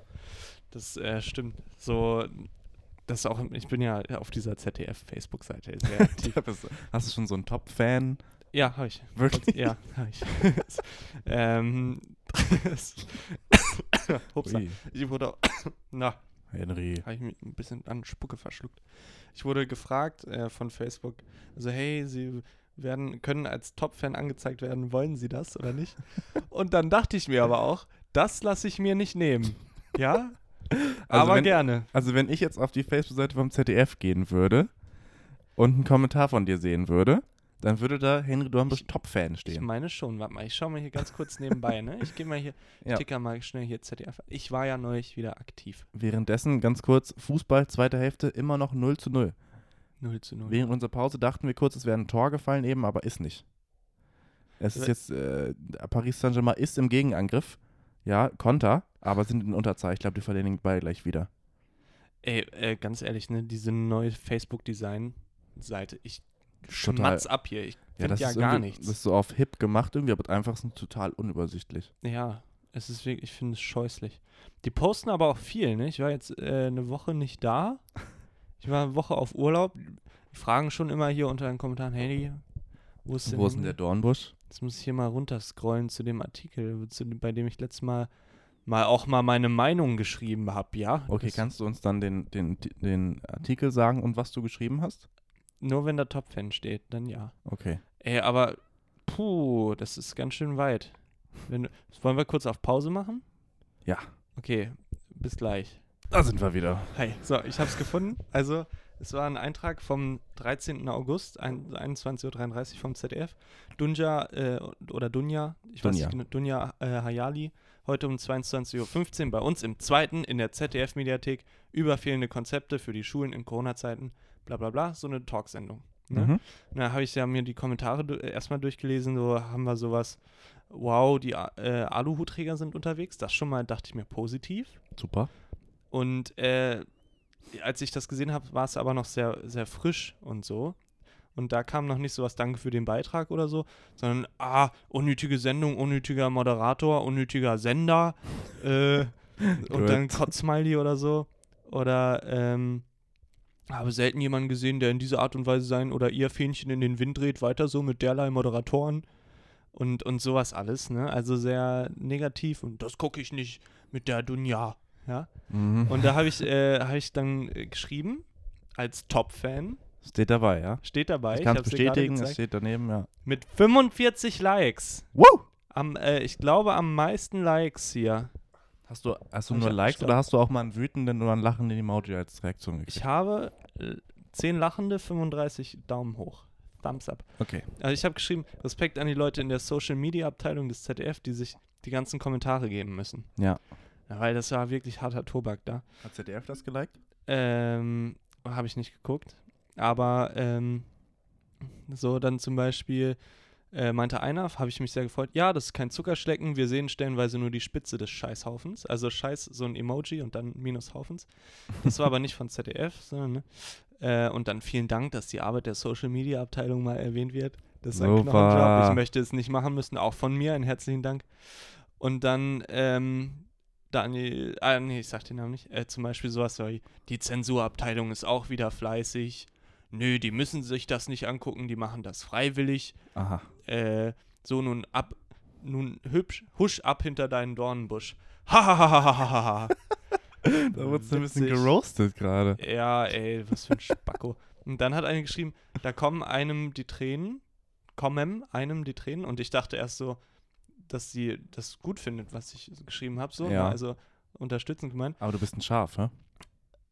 S1: Das äh, stimmt. So, das ist auch. Ich bin ja auf dieser ZDF-Facebook-Seite sehr aktiv.
S2: Bist- Hast du schon so einen Top-Fan?
S1: ja, hab ich.
S2: Wirklich?
S1: Ja, hab ich. ähm. Hupsa.
S2: Ui,
S1: Ich wurde. Na,
S2: Henry.
S1: habe ich mich ein bisschen an Spucke verschluckt. Ich wurde gefragt äh, von Facebook, also hey, Sie werden, können als Top-Fan angezeigt werden, wollen Sie das oder nicht? Und dann dachte ich mir aber auch, das lasse ich mir nicht nehmen. Ja,
S2: Also
S1: aber
S2: wenn-
S1: gerne.
S2: Also wenn ich jetzt auf die Facebook-Seite vom ZDF gehen würde und einen Kommentar von dir sehen würde, dann würde da Henry Dornbusch Top-Fan
S1: Ich
S2: stehen.
S1: meine schon, warte mal, ich schaue mal hier ganz kurz nebenbei, ne? Ich gehe mal hier, ich
S2: Ja.
S1: ticker mal schnell hier ZDF. Ich war ja neulich wieder aktiv.
S2: Währenddessen, ganz kurz, Fußball, zweite Hälfte, immer noch 0 zu 0.
S1: 0 zu 0.
S2: Während unserer Pause dachten wir kurz, es wäre ein Tor gefallen eben, aber ist nicht. Es ist
S1: Äh,
S2: jetzt, äh, Paris Saint-Germain ist im Gegenangriff. Ja, Konter, aber sind in Unterzahl. Ich glaube, die verlieren den Ball gleich wieder.
S1: Ey, äh, ganz ehrlich, ne, diese neue Facebook-Design-Seite, ich
S2: Total.
S1: schmatz ab hier. Ich finde ja,
S2: ist
S1: gar
S2: irgendwie-
S1: nichts.
S2: Das ist so auf hip gemacht irgendwie, aber einfach ist total unübersichtlich.
S1: Ja, es ist wirklich, ich finde es scheußlich. Die posten aber auch viel, ne? Ich war jetzt äh, eine Woche nicht da. Ich war eine Woche auf Urlaub. Die Fragen schon immer hier unter den Kommentaren, hey, wo ist denn,
S2: Wo ist denn der Dornbusch?
S1: Jetzt muss ich hier mal runterscrollen zu dem Artikel, zu, dem- bei dem ich letztes Mal mal auch mal meine Meinung geschrieben habe, ja?
S2: Okay,
S1: Das-
S2: kannst du uns dann den, den, den Artikel sagen und was du geschrieben hast?
S1: Nur wenn da Top-Fan steht, dann ja.
S2: Okay.
S1: Ey, aber puh, das ist ganz schön weit. Wenn, wollen wir kurz auf Pause machen?
S2: Ja.
S1: Okay, bis gleich.
S2: Da sind wir wieder.
S1: Hi. So, ich habe es gefunden. Also, es war ein Eintrag vom 13. August, ein- 21.33 Uhr vom ZDF. Dunja äh, oder Dunja, ich weiß
S2: Dunja.
S1: nicht genau, Dunja äh, Hayali, heute um 22.15 Uhr bei uns im zweiten in der ZDF-Mediathek über fehlende Konzepte für die Schulen in Corona-Zeiten, bla bla bla, so eine Talksendung. Ne?
S2: Mhm.
S1: Na, habe ich ja mir die Kommentare du äh, erstmal durchgelesen, so haben wir sowas, wow, die A- äh, Aluhutträger sind unterwegs. Das schon mal dachte ich mir positiv.
S2: Super.
S1: Und äh, als ich das gesehen habe, war es aber noch sehr, sehr frisch und so. Und da kam noch nicht sowas Danke für den Beitrag oder so, sondern ah, unnötige Sendung, unnötiger Moderator, unnötiger Sender äh, und
S2: Gut.
S1: dann Kotzmiley oder so. Oder ähm, habe selten jemanden gesehen, der in dieser Art und Weise sein oder ihr Fähnchen in den Wind dreht, weiter so mit derlei Moderatoren und, und sowas alles, ne? Also sehr negativ und das gucke ich nicht mit der Dunja, ja?
S2: Mhm.
S1: Und da habe ich, äh, hab ich dann äh, geschrieben, als Top-Fan,
S2: Steht dabei, ja?
S1: steht dabei,
S2: Ich kann es
S1: hab's dir gerade
S2: bestätigen, es
S1: gezeigt,
S2: steht daneben, ja.
S1: mit 45 Likes.
S2: Woo!
S1: Am, äh, ich glaube, am meisten Likes hier.
S2: Hast du, hast du
S1: Ich
S2: nur
S1: hab-
S2: Likes
S1: ich hab-
S2: oder hast du auch mal einen wütenden oder einen lachenden Emoji als Reaktion
S1: Ich
S2: gekriegt?
S1: habe äh, 10 lachende, 35 Daumen hoch. Thumbs up.
S2: Okay.
S1: Also ich habe geschrieben, Respekt an die Leute in der Social-Media-Abteilung des ZDF, die sich die ganzen Kommentare geben müssen.
S2: Ja.
S1: Ja, weil das war wirklich harter Tobak da.
S2: Hat ZDF das geliked?
S1: Ähm, habe ich nicht geguckt. Aber ähm, so dann zum Beispiel äh, meinte einer, habe ich mich sehr gefreut, ja, das ist kein Zuckerschlecken, wir sehen stellenweise nur die Spitze des Scheißhaufens. Also Scheiß, so ein Emoji und dann minus Haufens. Das war aber nicht von ZDF, sondern, ne? äh, und dann vielen Dank, dass die Arbeit der Social-Media-Abteilung mal erwähnt wird. Das ist ein
S2: Super.
S1: Knochenjob, ich möchte es nicht machen müssen, auch von mir einen herzlichen Dank. Und dann, ähm, Daniel, ah nee, ich sag den Namen nicht, äh, zum Beispiel sowas, sorry, die Zensurabteilung ist auch wieder fleißig. Nö, die müssen sich das nicht angucken, die machen das freiwillig.
S2: Aha.
S1: Äh, so nun ab, nun hübsch, husch ab hinter deinen Dornenbusch. Hahaha.
S2: Da wurdest du ein bisschen
S1: Äh, Witzig.
S2: geroastet gerade.
S1: ja, ey, was für ein Spacko. Und dann hat eine geschrieben, da kommen einem die Tränen, kommen einem die Tränen. Und ich dachte erst so, dass sie das gut findet, was ich geschrieben habe, so.
S2: Ja.
S1: Also unterstützend gemeint.
S2: Aber du bist ein Schaf, hä?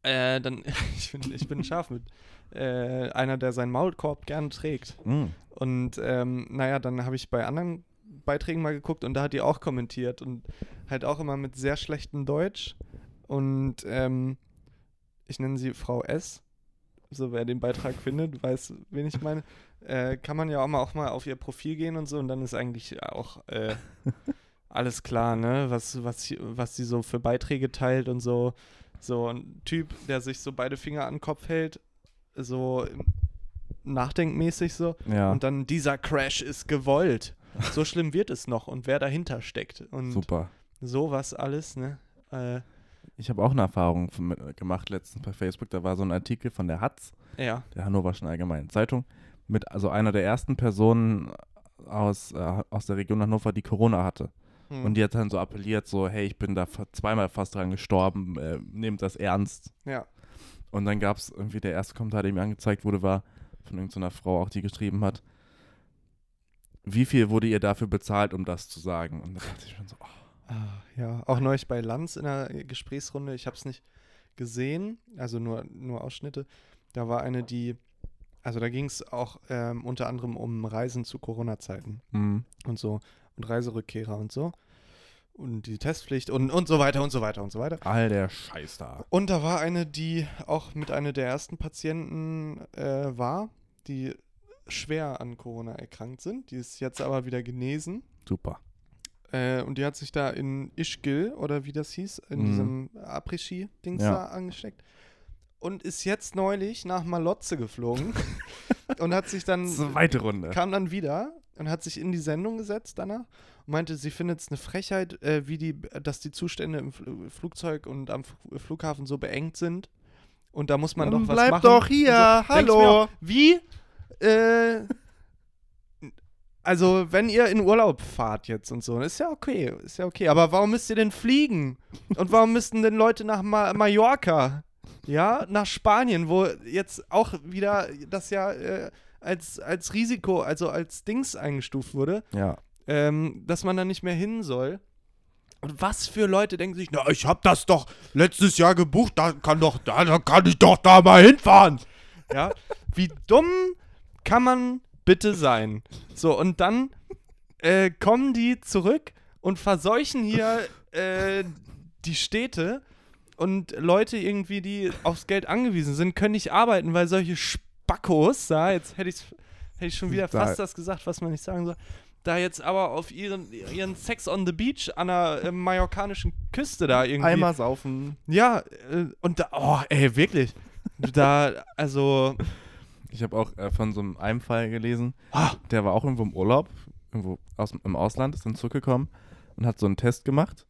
S1: Äh, dann, ich bin, ich bin ein Schaf mit äh, einer, der seinen Maulkorb gerne trägt.
S2: Mhm.
S1: Und ähm, naja, dann habe ich bei anderen Beiträgen mal geguckt und da hat die auch kommentiert und halt auch immer mit sehr schlechtem Deutsch. Und ähm, ich nenne sie Frau S. So, wer den Beitrag findet, weiß, wen ich meine. Äh, kann man ja auch mal, auch mal auf ihr Profil gehen und so und dann ist eigentlich auch äh,
S3: alles klar, ne? Was, was, sie- was sie so für Beiträge teilt und so. So ein Typ, der sich so beide Finger an den Kopf hält, so nachdenkmäßig so.
S2: Ja,
S3: Und dann dieser Crash ist gewollt. So schlimm wird es noch und wer dahinter steckt. Und
S2: super.
S3: sowas alles, ne? Äh,
S2: Ich habe auch eine Erfahrung von, mit, gemacht letztens bei Facebook. Da war so ein Artikel von der Hatz,
S3: ja,
S2: der Hannoverschen Allgemeinen Zeitung, mit also einer der ersten Personen aus, äh, aus der Region Hannover, die Corona hatte.
S3: Hm.
S2: Und die hat dann so appelliert, so, hey, ich bin da fa- zweimal fast dran gestorben, äh, nehmt das ernst.
S3: ja.
S2: Und dann gab es irgendwie der erste Kommentar, der mir angezeigt wurde, war von irgendeiner Frau auch, die geschrieben hat, wie viel wurde ihr dafür bezahlt, um das zu sagen? Und da dachte ich schon so, oh,
S3: Ah, ja, auch neulich bei Lanz in der Gesprächsrunde, ich habe es nicht gesehen, also nur, nur Ausschnitte. Da war eine, die, also da ging es auch ähm, unter anderem um Reisen zu Corona-Zeiten
S2: hm,
S3: und so und Reiserückkehrer und so und die Testpflicht und, und so weiter und so weiter und so weiter.
S2: all der Scheiß da.
S3: Und da war eine, die auch mit einer der ersten Patienten äh, war, die schwer an Corona erkrankt sind. Die ist jetzt aber wieder genesen.
S2: Super.
S3: Äh, und die hat sich da in Ischgl oder wie das hieß, in
S2: Mhm.
S3: diesem Après-Ski-Dings
S2: Ja.
S3: da angesteckt. Und ist jetzt neulich nach Malotze geflogen und hat sich dann,
S2: Zweite Runde.
S3: kam dann wieder und hat sich in die Sendung gesetzt danach und meinte, sie findet es eine Frechheit, äh, wie die, dass die Zustände im Fl Flugzeug und am F Flughafen so beengt sind. Und da muss man
S5: Dann
S3: doch was
S5: bleib
S3: machen.
S5: doch hier,
S3: Und denk ich mir
S5: hallo.
S3: auch, Wie? Äh, also, wenn ihr in Urlaub fahrt jetzt und so, ist ja okay, ist ja okay. Aber warum müsst ihr denn fliegen? Und warum müssten denn Leute nach Ma Mallorca? Ja, nach Spanien, wo jetzt auch wieder das ja äh, als, als Risiko, also als Dings eingestuft wurde,
S2: Ja.
S3: ähm, dass man da nicht mehr hin soll. Und was für Leute denken sich, na, ich hab das doch letztes Jahr gebucht, da kann doch, da, da kann ich doch da mal hinfahren. Ja, wie dumm kann man bitte sein? So, und dann äh, kommen die zurück und verseuchen hier äh, die Städte und Leute irgendwie, die aufs Geld angewiesen sind, können nicht arbeiten, weil solche Spackos, da, jetzt hätte ich hätte ich schon wieder
S2: Da-
S3: fast das gesagt, was man nicht sagen soll, da jetzt aber auf ihren, ihren Sex on the Beach an der äh, mallorcanischen Küste da irgendwie.
S2: Einmal saufen.
S3: Ja, äh, und da, oh, ey, wirklich. Da, also,
S2: Ich habe auch äh, von so einem einem Fall gelesen,
S3: Ah.
S2: der war auch irgendwo im Urlaub, irgendwo aus, im Ausland, ist dann zurückgekommen und hat so einen Test gemacht.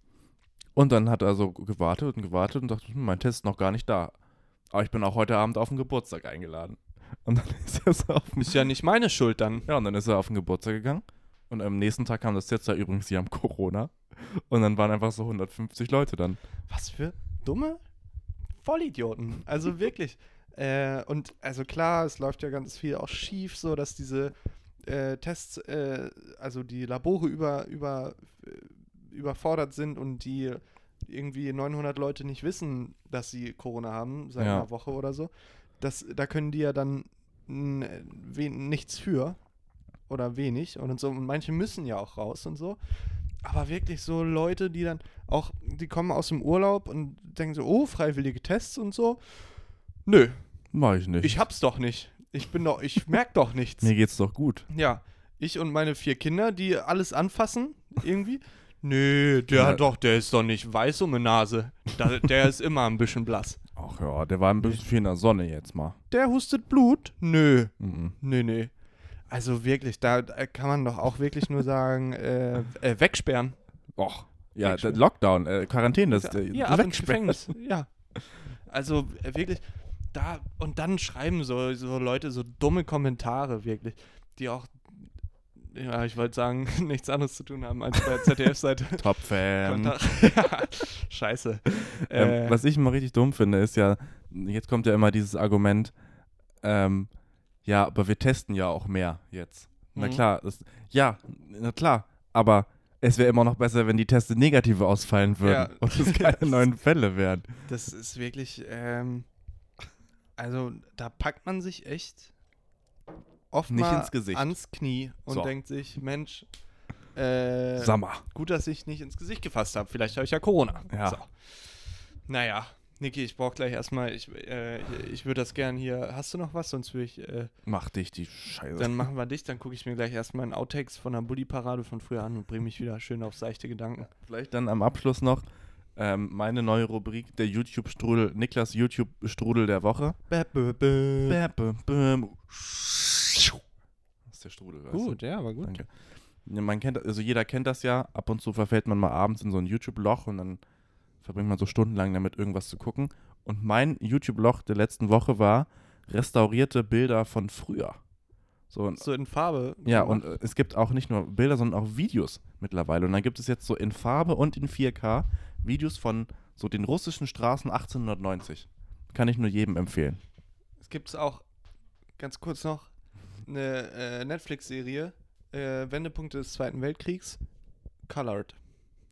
S2: Und dann hat er so gewartet und gewartet und dachte, hm, mein Test ist noch gar nicht da. Aber ich bin auch heute Abend auf den Geburtstag eingeladen. Und dann ist er so auf den,
S3: ist ja nicht meine Schuld dann.
S2: ja, und dann ist er auf den Geburtstag gegangen. Und am nächsten Tag kam das jetzt da übrigens, sie haben Corona. Und dann waren einfach so 150 Leute dann.
S3: Was für dumme Vollidioten. Also wirklich. äh, und also klar, es läuft ja ganz viel auch schief, so dass diese äh, Tests, äh, also die Labore über, über, äh, überfordert sind und die irgendwie 900 Leute nicht wissen, dass sie Corona haben, seit
S2: Ja.
S3: einer Woche oder so. Das, da können die ja dann n, wen, nichts für oder wenig und so. Und manche müssen ja auch raus und so. Aber wirklich so Leute, die dann auch, die kommen aus dem Urlaub und denken so, oh, freiwillige Tests und so. Nö,
S2: Mach ich nicht.
S3: ich hab's doch nicht. Ich bin doch, ich merk doch nichts.
S2: Mir geht's doch gut.
S3: Ja, ich und meine vier Kinder, die alles anfassen, irgendwie. Nö, der
S2: Ja.
S3: doch, der ist doch nicht weiß um die Nase. Da, der ist immer ein bisschen blass.
S2: Ach ja, der war ein bisschen viel in der Sonne jetzt mal.
S3: Der hustet Blut? Nö.
S2: Mhm.
S3: Nö, nö. Also wirklich, da äh, kann man doch auch wirklich nur sagen, äh, äh, wegsperren.
S2: Och, ja,
S3: Wegsperren.
S2: der Lockdown, äh, Quarantäne, das äh,
S3: ja, ab ins
S2: wegsperren.
S3: Gefängnis. Ja. Also äh, wirklich, da und dann schreiben so, so Leute so dumme Kommentare wirklich, die auch, ja, ich wollte sagen, nichts anderes zu tun haben als bei der ZDF-Seite.
S2: Top-Fan.
S3: Kommentar- ja, scheiße.
S2: Ähm,
S3: Äh,
S2: was ich immer richtig dumm finde, ist ja, jetzt kommt ja immer dieses Argument, ähm, ja, aber wir testen ja auch mehr jetzt. Na
S3: Mhm.
S2: klar, das, ja, na klar, aber es wäre immer noch besser, wenn die Teste negative ausfallen würden
S3: Ja.
S2: und es keine neuen Fälle wären.
S3: Das ist wirklich, ähm, also da packt man sich echt oft
S2: Nicht
S3: mal
S2: ins Gesicht.
S3: ans Knie und
S2: So.
S3: denkt sich, Mensch, äh,
S2: Sommer.
S3: gut, dass ich nicht ins Gesicht gefasst habe. Vielleicht habe ich ja Corona.
S2: Ja.
S3: So. Naja, Niki, ich brauche gleich erstmal, ich, äh, ich würde das gern hier. Hast du noch was? Sonst würde ich. Äh,
S2: Mach dich die Scheiße.
S3: dann machen wir dich, dann gucke ich mir gleich erstmal einen Outtakes von der Bulli-Parade von früher an und bringe mich wieder schön auf seichte Gedanken.
S2: Vielleicht dann am Abschluss noch ähm, meine neue Rubrik, der YouTube-Strudel, Niklas YouTube-Strudel der Woche.
S3: Bä, bä, bä.
S2: Bäh, bäh, bäh. Das ist der Strudel. weißt du?
S3: Gut, ja, war gut.
S2: Danke. Ja, Man kennt, also jeder kennt das ja. Ab und zu verfällt man mal abends in so ein YouTube-Loch und dann verbringt man so stundenlang damit, irgendwas zu gucken. Und mein YouTube-Loch der letzten Woche war restaurierte Bilder von früher. So, und
S3: So in Farbe.
S2: ja, und äh, es gibt auch nicht nur Bilder, sondern auch Videos mittlerweile. Und dann gibt es jetzt so in Farbe und in 4K Videos von so den russischen Straßen 1890. Kann ich nur jedem empfehlen.
S3: Es gibt auch, ganz kurz noch, eine äh, Netflix-Serie, äh, Wendepunkte des Zweiten Weltkriegs, Colored.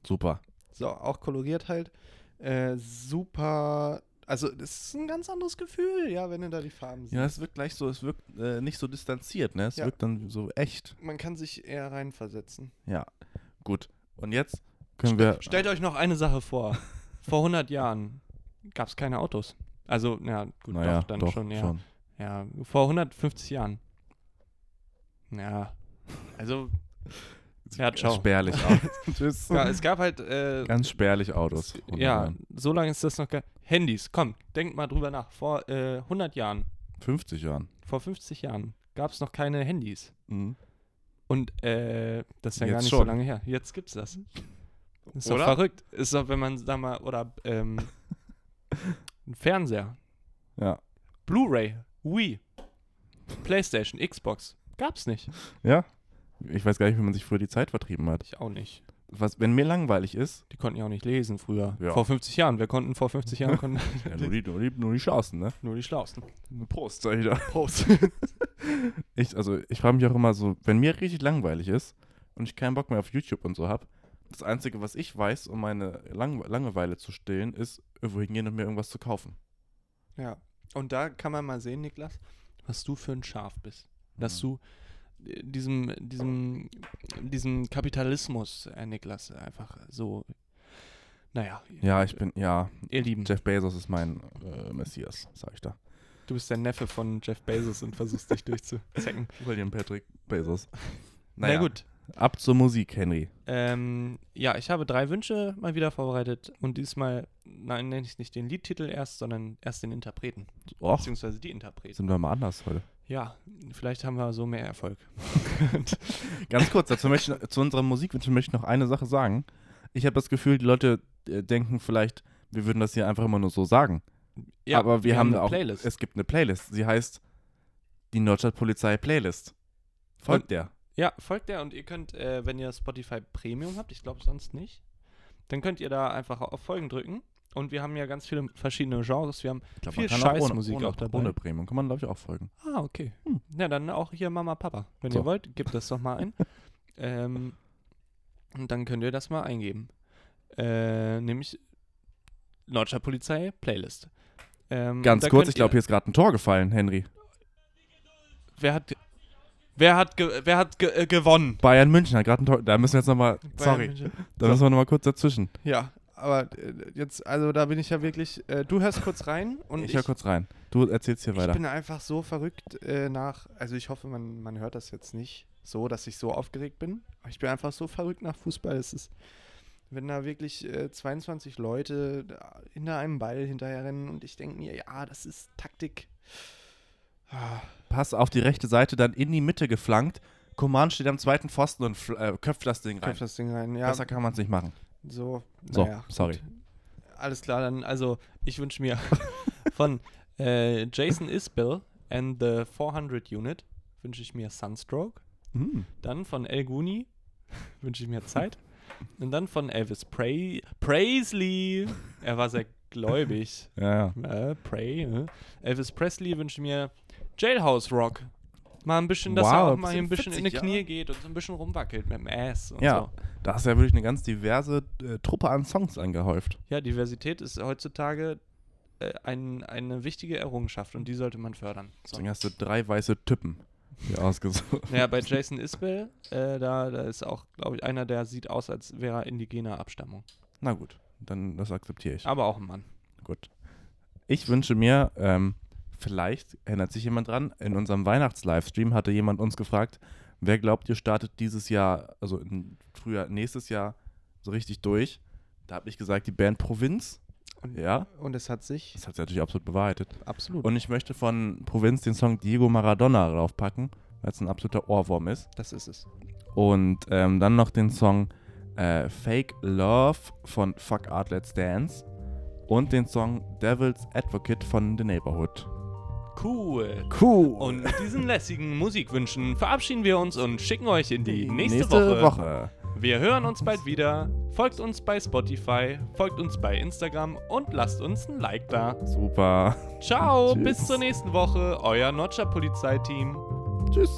S2: Super.
S3: So, auch koloriert halt. Äh, super. Also, das ist ein ganz anderes Gefühl, ja, wenn du da die Farben siehst.
S2: Ja, es wirkt gleich so, es wirkt äh, nicht so distanziert, ne? Es
S3: Ja.
S2: wirkt dann so echt.
S3: Man kann sich eher reinversetzen.
S2: Ja, gut. Und jetzt können wir.
S3: Stellt euch noch eine Sache vor. vor 100 Jahren gab es keine Autos. Also, ja, gut,
S2: naja,
S3: doch, dann schon, ja.
S2: schon.
S3: Ja, vor 150 Jahren. Ja. Also, ja, ciao.
S2: Spärlich Autos. Tschüss.
S3: Ja, es gab halt, äh,
S2: Ganz spärlich Autos.
S3: ja, so lange ist das noch gar Handys, komm, denkt mal drüber nach. Vor äh, 100 Jahren,
S2: 50 Jahren.
S3: vor 50 Jahren gab es noch keine Handys. Und äh, das ist ja gar
S2: Jetzt
S3: nicht so
S2: schon.
S3: lange her. Jetzt gibt's das. Ist
S1: Oder?
S3: doch verrückt. Ist doch, wenn man da mal, oder ähm, ein Fernseher,
S2: Ja.
S3: Blu-ray, Wii, Playstation, Xbox. Gab's nicht.
S2: Ja. Ich weiß gar nicht, wie man sich früher die Zeit vertrieben hat.
S3: Ich auch nicht.
S2: Was, wenn mir langweilig ist,
S3: Die konnten ja auch nicht lesen früher.
S2: Ja.
S3: Vor 50 Jahren. Wir konnten vor 50 Jahren konnten
S2: ja, nur, die, nur, die, nur die Chancen, ne?
S3: nur die Schlausten.
S2: Prost, sag ich da. Prost. ich, also, ich frage mich auch immer so, wenn mir richtig langweilig ist und ich keinen Bock mehr auf YouTube und so habe, das Einzige, was ich weiß, um meine Lang Langeweile zu stillen, ist, irgendwo hingehen und mir irgendwas zu kaufen.
S3: Ja. Und da kann man mal sehen, Niklas, was du für ein Schaf bist. Dass du äh, diesem, diesem, diesem Kapitalismus, äh, Niklas, einfach so, naja,
S2: Ja, ich bin, ja,
S3: ihr Lieben,
S2: Jeff Bezos ist mein äh, Messias, sag ich da.
S3: du bist der Neffe von Jeff Bezos und versuchst dich durchzuzecken.
S2: William Patrick Bezos.
S3: Na
S2: Naja,
S3: gut,
S2: Ab zur Musik, Henry.
S3: Ähm, ja, ich habe drei Wünsche mal wieder vorbereitet und diesmal, nein, nenne ich nicht den Liedtitel erst, sondern erst den Interpreten,
S2: Och,
S3: beziehungsweise die Interpreten.
S2: sind wir mal anders heute.
S3: Ja, vielleicht haben wir so mehr Erfolg.
S2: Ganz kurz, dazu möchte ich, zu unserer Musikwünsche möchte ich noch eine Sache sagen. Ich habe das Gefühl, die Leute äh, denken vielleicht, wir würden das hier einfach immer nur so sagen.
S3: Ja,
S2: Aber wir, haben,
S3: eine
S2: auch,
S3: Playlist.
S2: es gibt eine Playlist. Sie heißt die Nordstadtpolizei Playlist. Folgt der.
S3: Ja, folgt der und ihr könnt, äh, wenn ihr Spotify Premium habt, ich glaube sonst nicht, dann könnt ihr da einfach auf Folgen drücken. Und wir haben ja ganz viele verschiedene Genres. Wir haben
S2: Ich glaub,
S3: viel
S2: man kann
S3: Scheißmusik
S2: ohne,
S3: auch dabei.
S2: Ohne Premium kann man, glaube ich, auch folgen.
S3: Ah, okay. Na, dann auch hier Mama, Papa. Wenn
S2: Hm. So.
S3: ihr wollt, gebt das doch mal ein. ähm, und dann könnt ihr das mal eingeben. Äh, nämlich Nordscher Polizei Playlist. Ähm,
S2: Ganz
S3: da
S2: kurz,
S3: könnt
S2: ich glaube,
S3: ihr-
S2: hier ist gerade ein Tor gefallen, Henry.
S3: Wer hat, wer hat, ge wer hat ge äh, gewonnen?
S2: Bayern München hat gerade ein Tor. Da müssen wir jetzt nochmal. Sorry.
S3: Bayern München.
S2: Da müssen wir nochmal kurz dazwischen.
S3: Ja, aber äh, jetzt, also da bin ich ja wirklich. Äh, du hörst kurz rein und
S2: Ich
S3: ich,
S2: höre kurz rein. Du erzählst hier
S3: ich
S2: weiter.
S3: bin einfach so verrückt äh, nach. Also ich hoffe, man, man hört das jetzt nicht so, dass ich so aufgeregt bin. Aber ich bin einfach so verrückt nach Fußball. Es ist, wenn da wirklich äh, 22 Leute da hinter einem Ball hinterherrennen und ich denke mir, ja, das ist Taktik. Ah,
S2: Pass auf die rechte Seite, dann in die Mitte geflankt. Coman steht am zweiten Pfosten und fl- äh, köpft das Ding rein.
S3: köpf das Ding rein. Ja,
S2: Besser kann man es nicht machen.
S3: so.
S2: So,
S3: naja.
S2: sorry.
S3: Alles klar, dann, also ich wünsche mir von äh, Jason Isbell and the 400 Unit wünsche ich mir Sunstroke.
S2: Hm.
S3: Dann von El Guni wünsche ich mir Zeit. Und dann von Elvis Prey- Presley. Er war sehr gläubig.
S2: Ja, ja.
S3: Äh, Prey. Äh. Elvis Presley wünsche mir Jailhouse Rock. Mal ein bisschen, dass er
S2: Wow,
S3: auch mal hier ein bisschen in die
S2: 40 Jahre.
S3: Knie geht und so ein bisschen rumwackelt mit dem Ass und
S2: ja.
S3: so.
S2: Da hast du ja wirklich eine ganz diverse äh, Truppe an Songs angehäuft.
S3: Ja, Diversität ist heutzutage äh, ein, eine wichtige Errungenschaft und die sollte man fördern. So.
S2: Deswegen hast du drei weiße Typen hier ausgesucht.
S3: Naja, bei Jason Isbell, äh, da, da ist auch, glaube ich, einer, der sieht aus, als wäre er indigener Abstammung.
S2: Na gut, dann das akzeptiere ich.
S3: Aber auch ein Mann.
S2: Gut. Ich wünsche mir, ähm, vielleicht erinnert sich jemand dran, in unserem Weihnachts-Livestream hatte jemand uns gefragt, wer glaubt ihr startet dieses Jahr, also in früher, nächstes Jahr so richtig durch? Da habe ich gesagt, die Band Provinz.
S3: Und-
S2: ja,
S3: Und es hat sich
S2: das hat sich natürlich absolut bewahrheitet.
S3: absolut.
S2: Und ich möchte von Provinz den Song Diego Maradona draufpacken, weil es ein absoluter Ohrwurm ist.
S3: das ist es.
S2: Und ähm, dann noch den Song äh, Fake Love von Fuck Art Let's Dance. Und den Song Devil's Advocate von The Neighborhood.
S1: Cool.
S2: Cool.
S1: Und mit diesen lässigen Musikwünschen verabschieden wir uns und schicken euch in die nächste, Woche.
S2: Woche.
S1: Wir hören uns bald wieder. Folgt uns bei Spotify, folgt uns bei Instagram und lasst uns ein Like da.
S2: Super.
S1: Ciao,
S2: Tschüss.
S1: bis zur nächsten Woche. Euer Notcher Polizeiteam.
S2: Tschüss.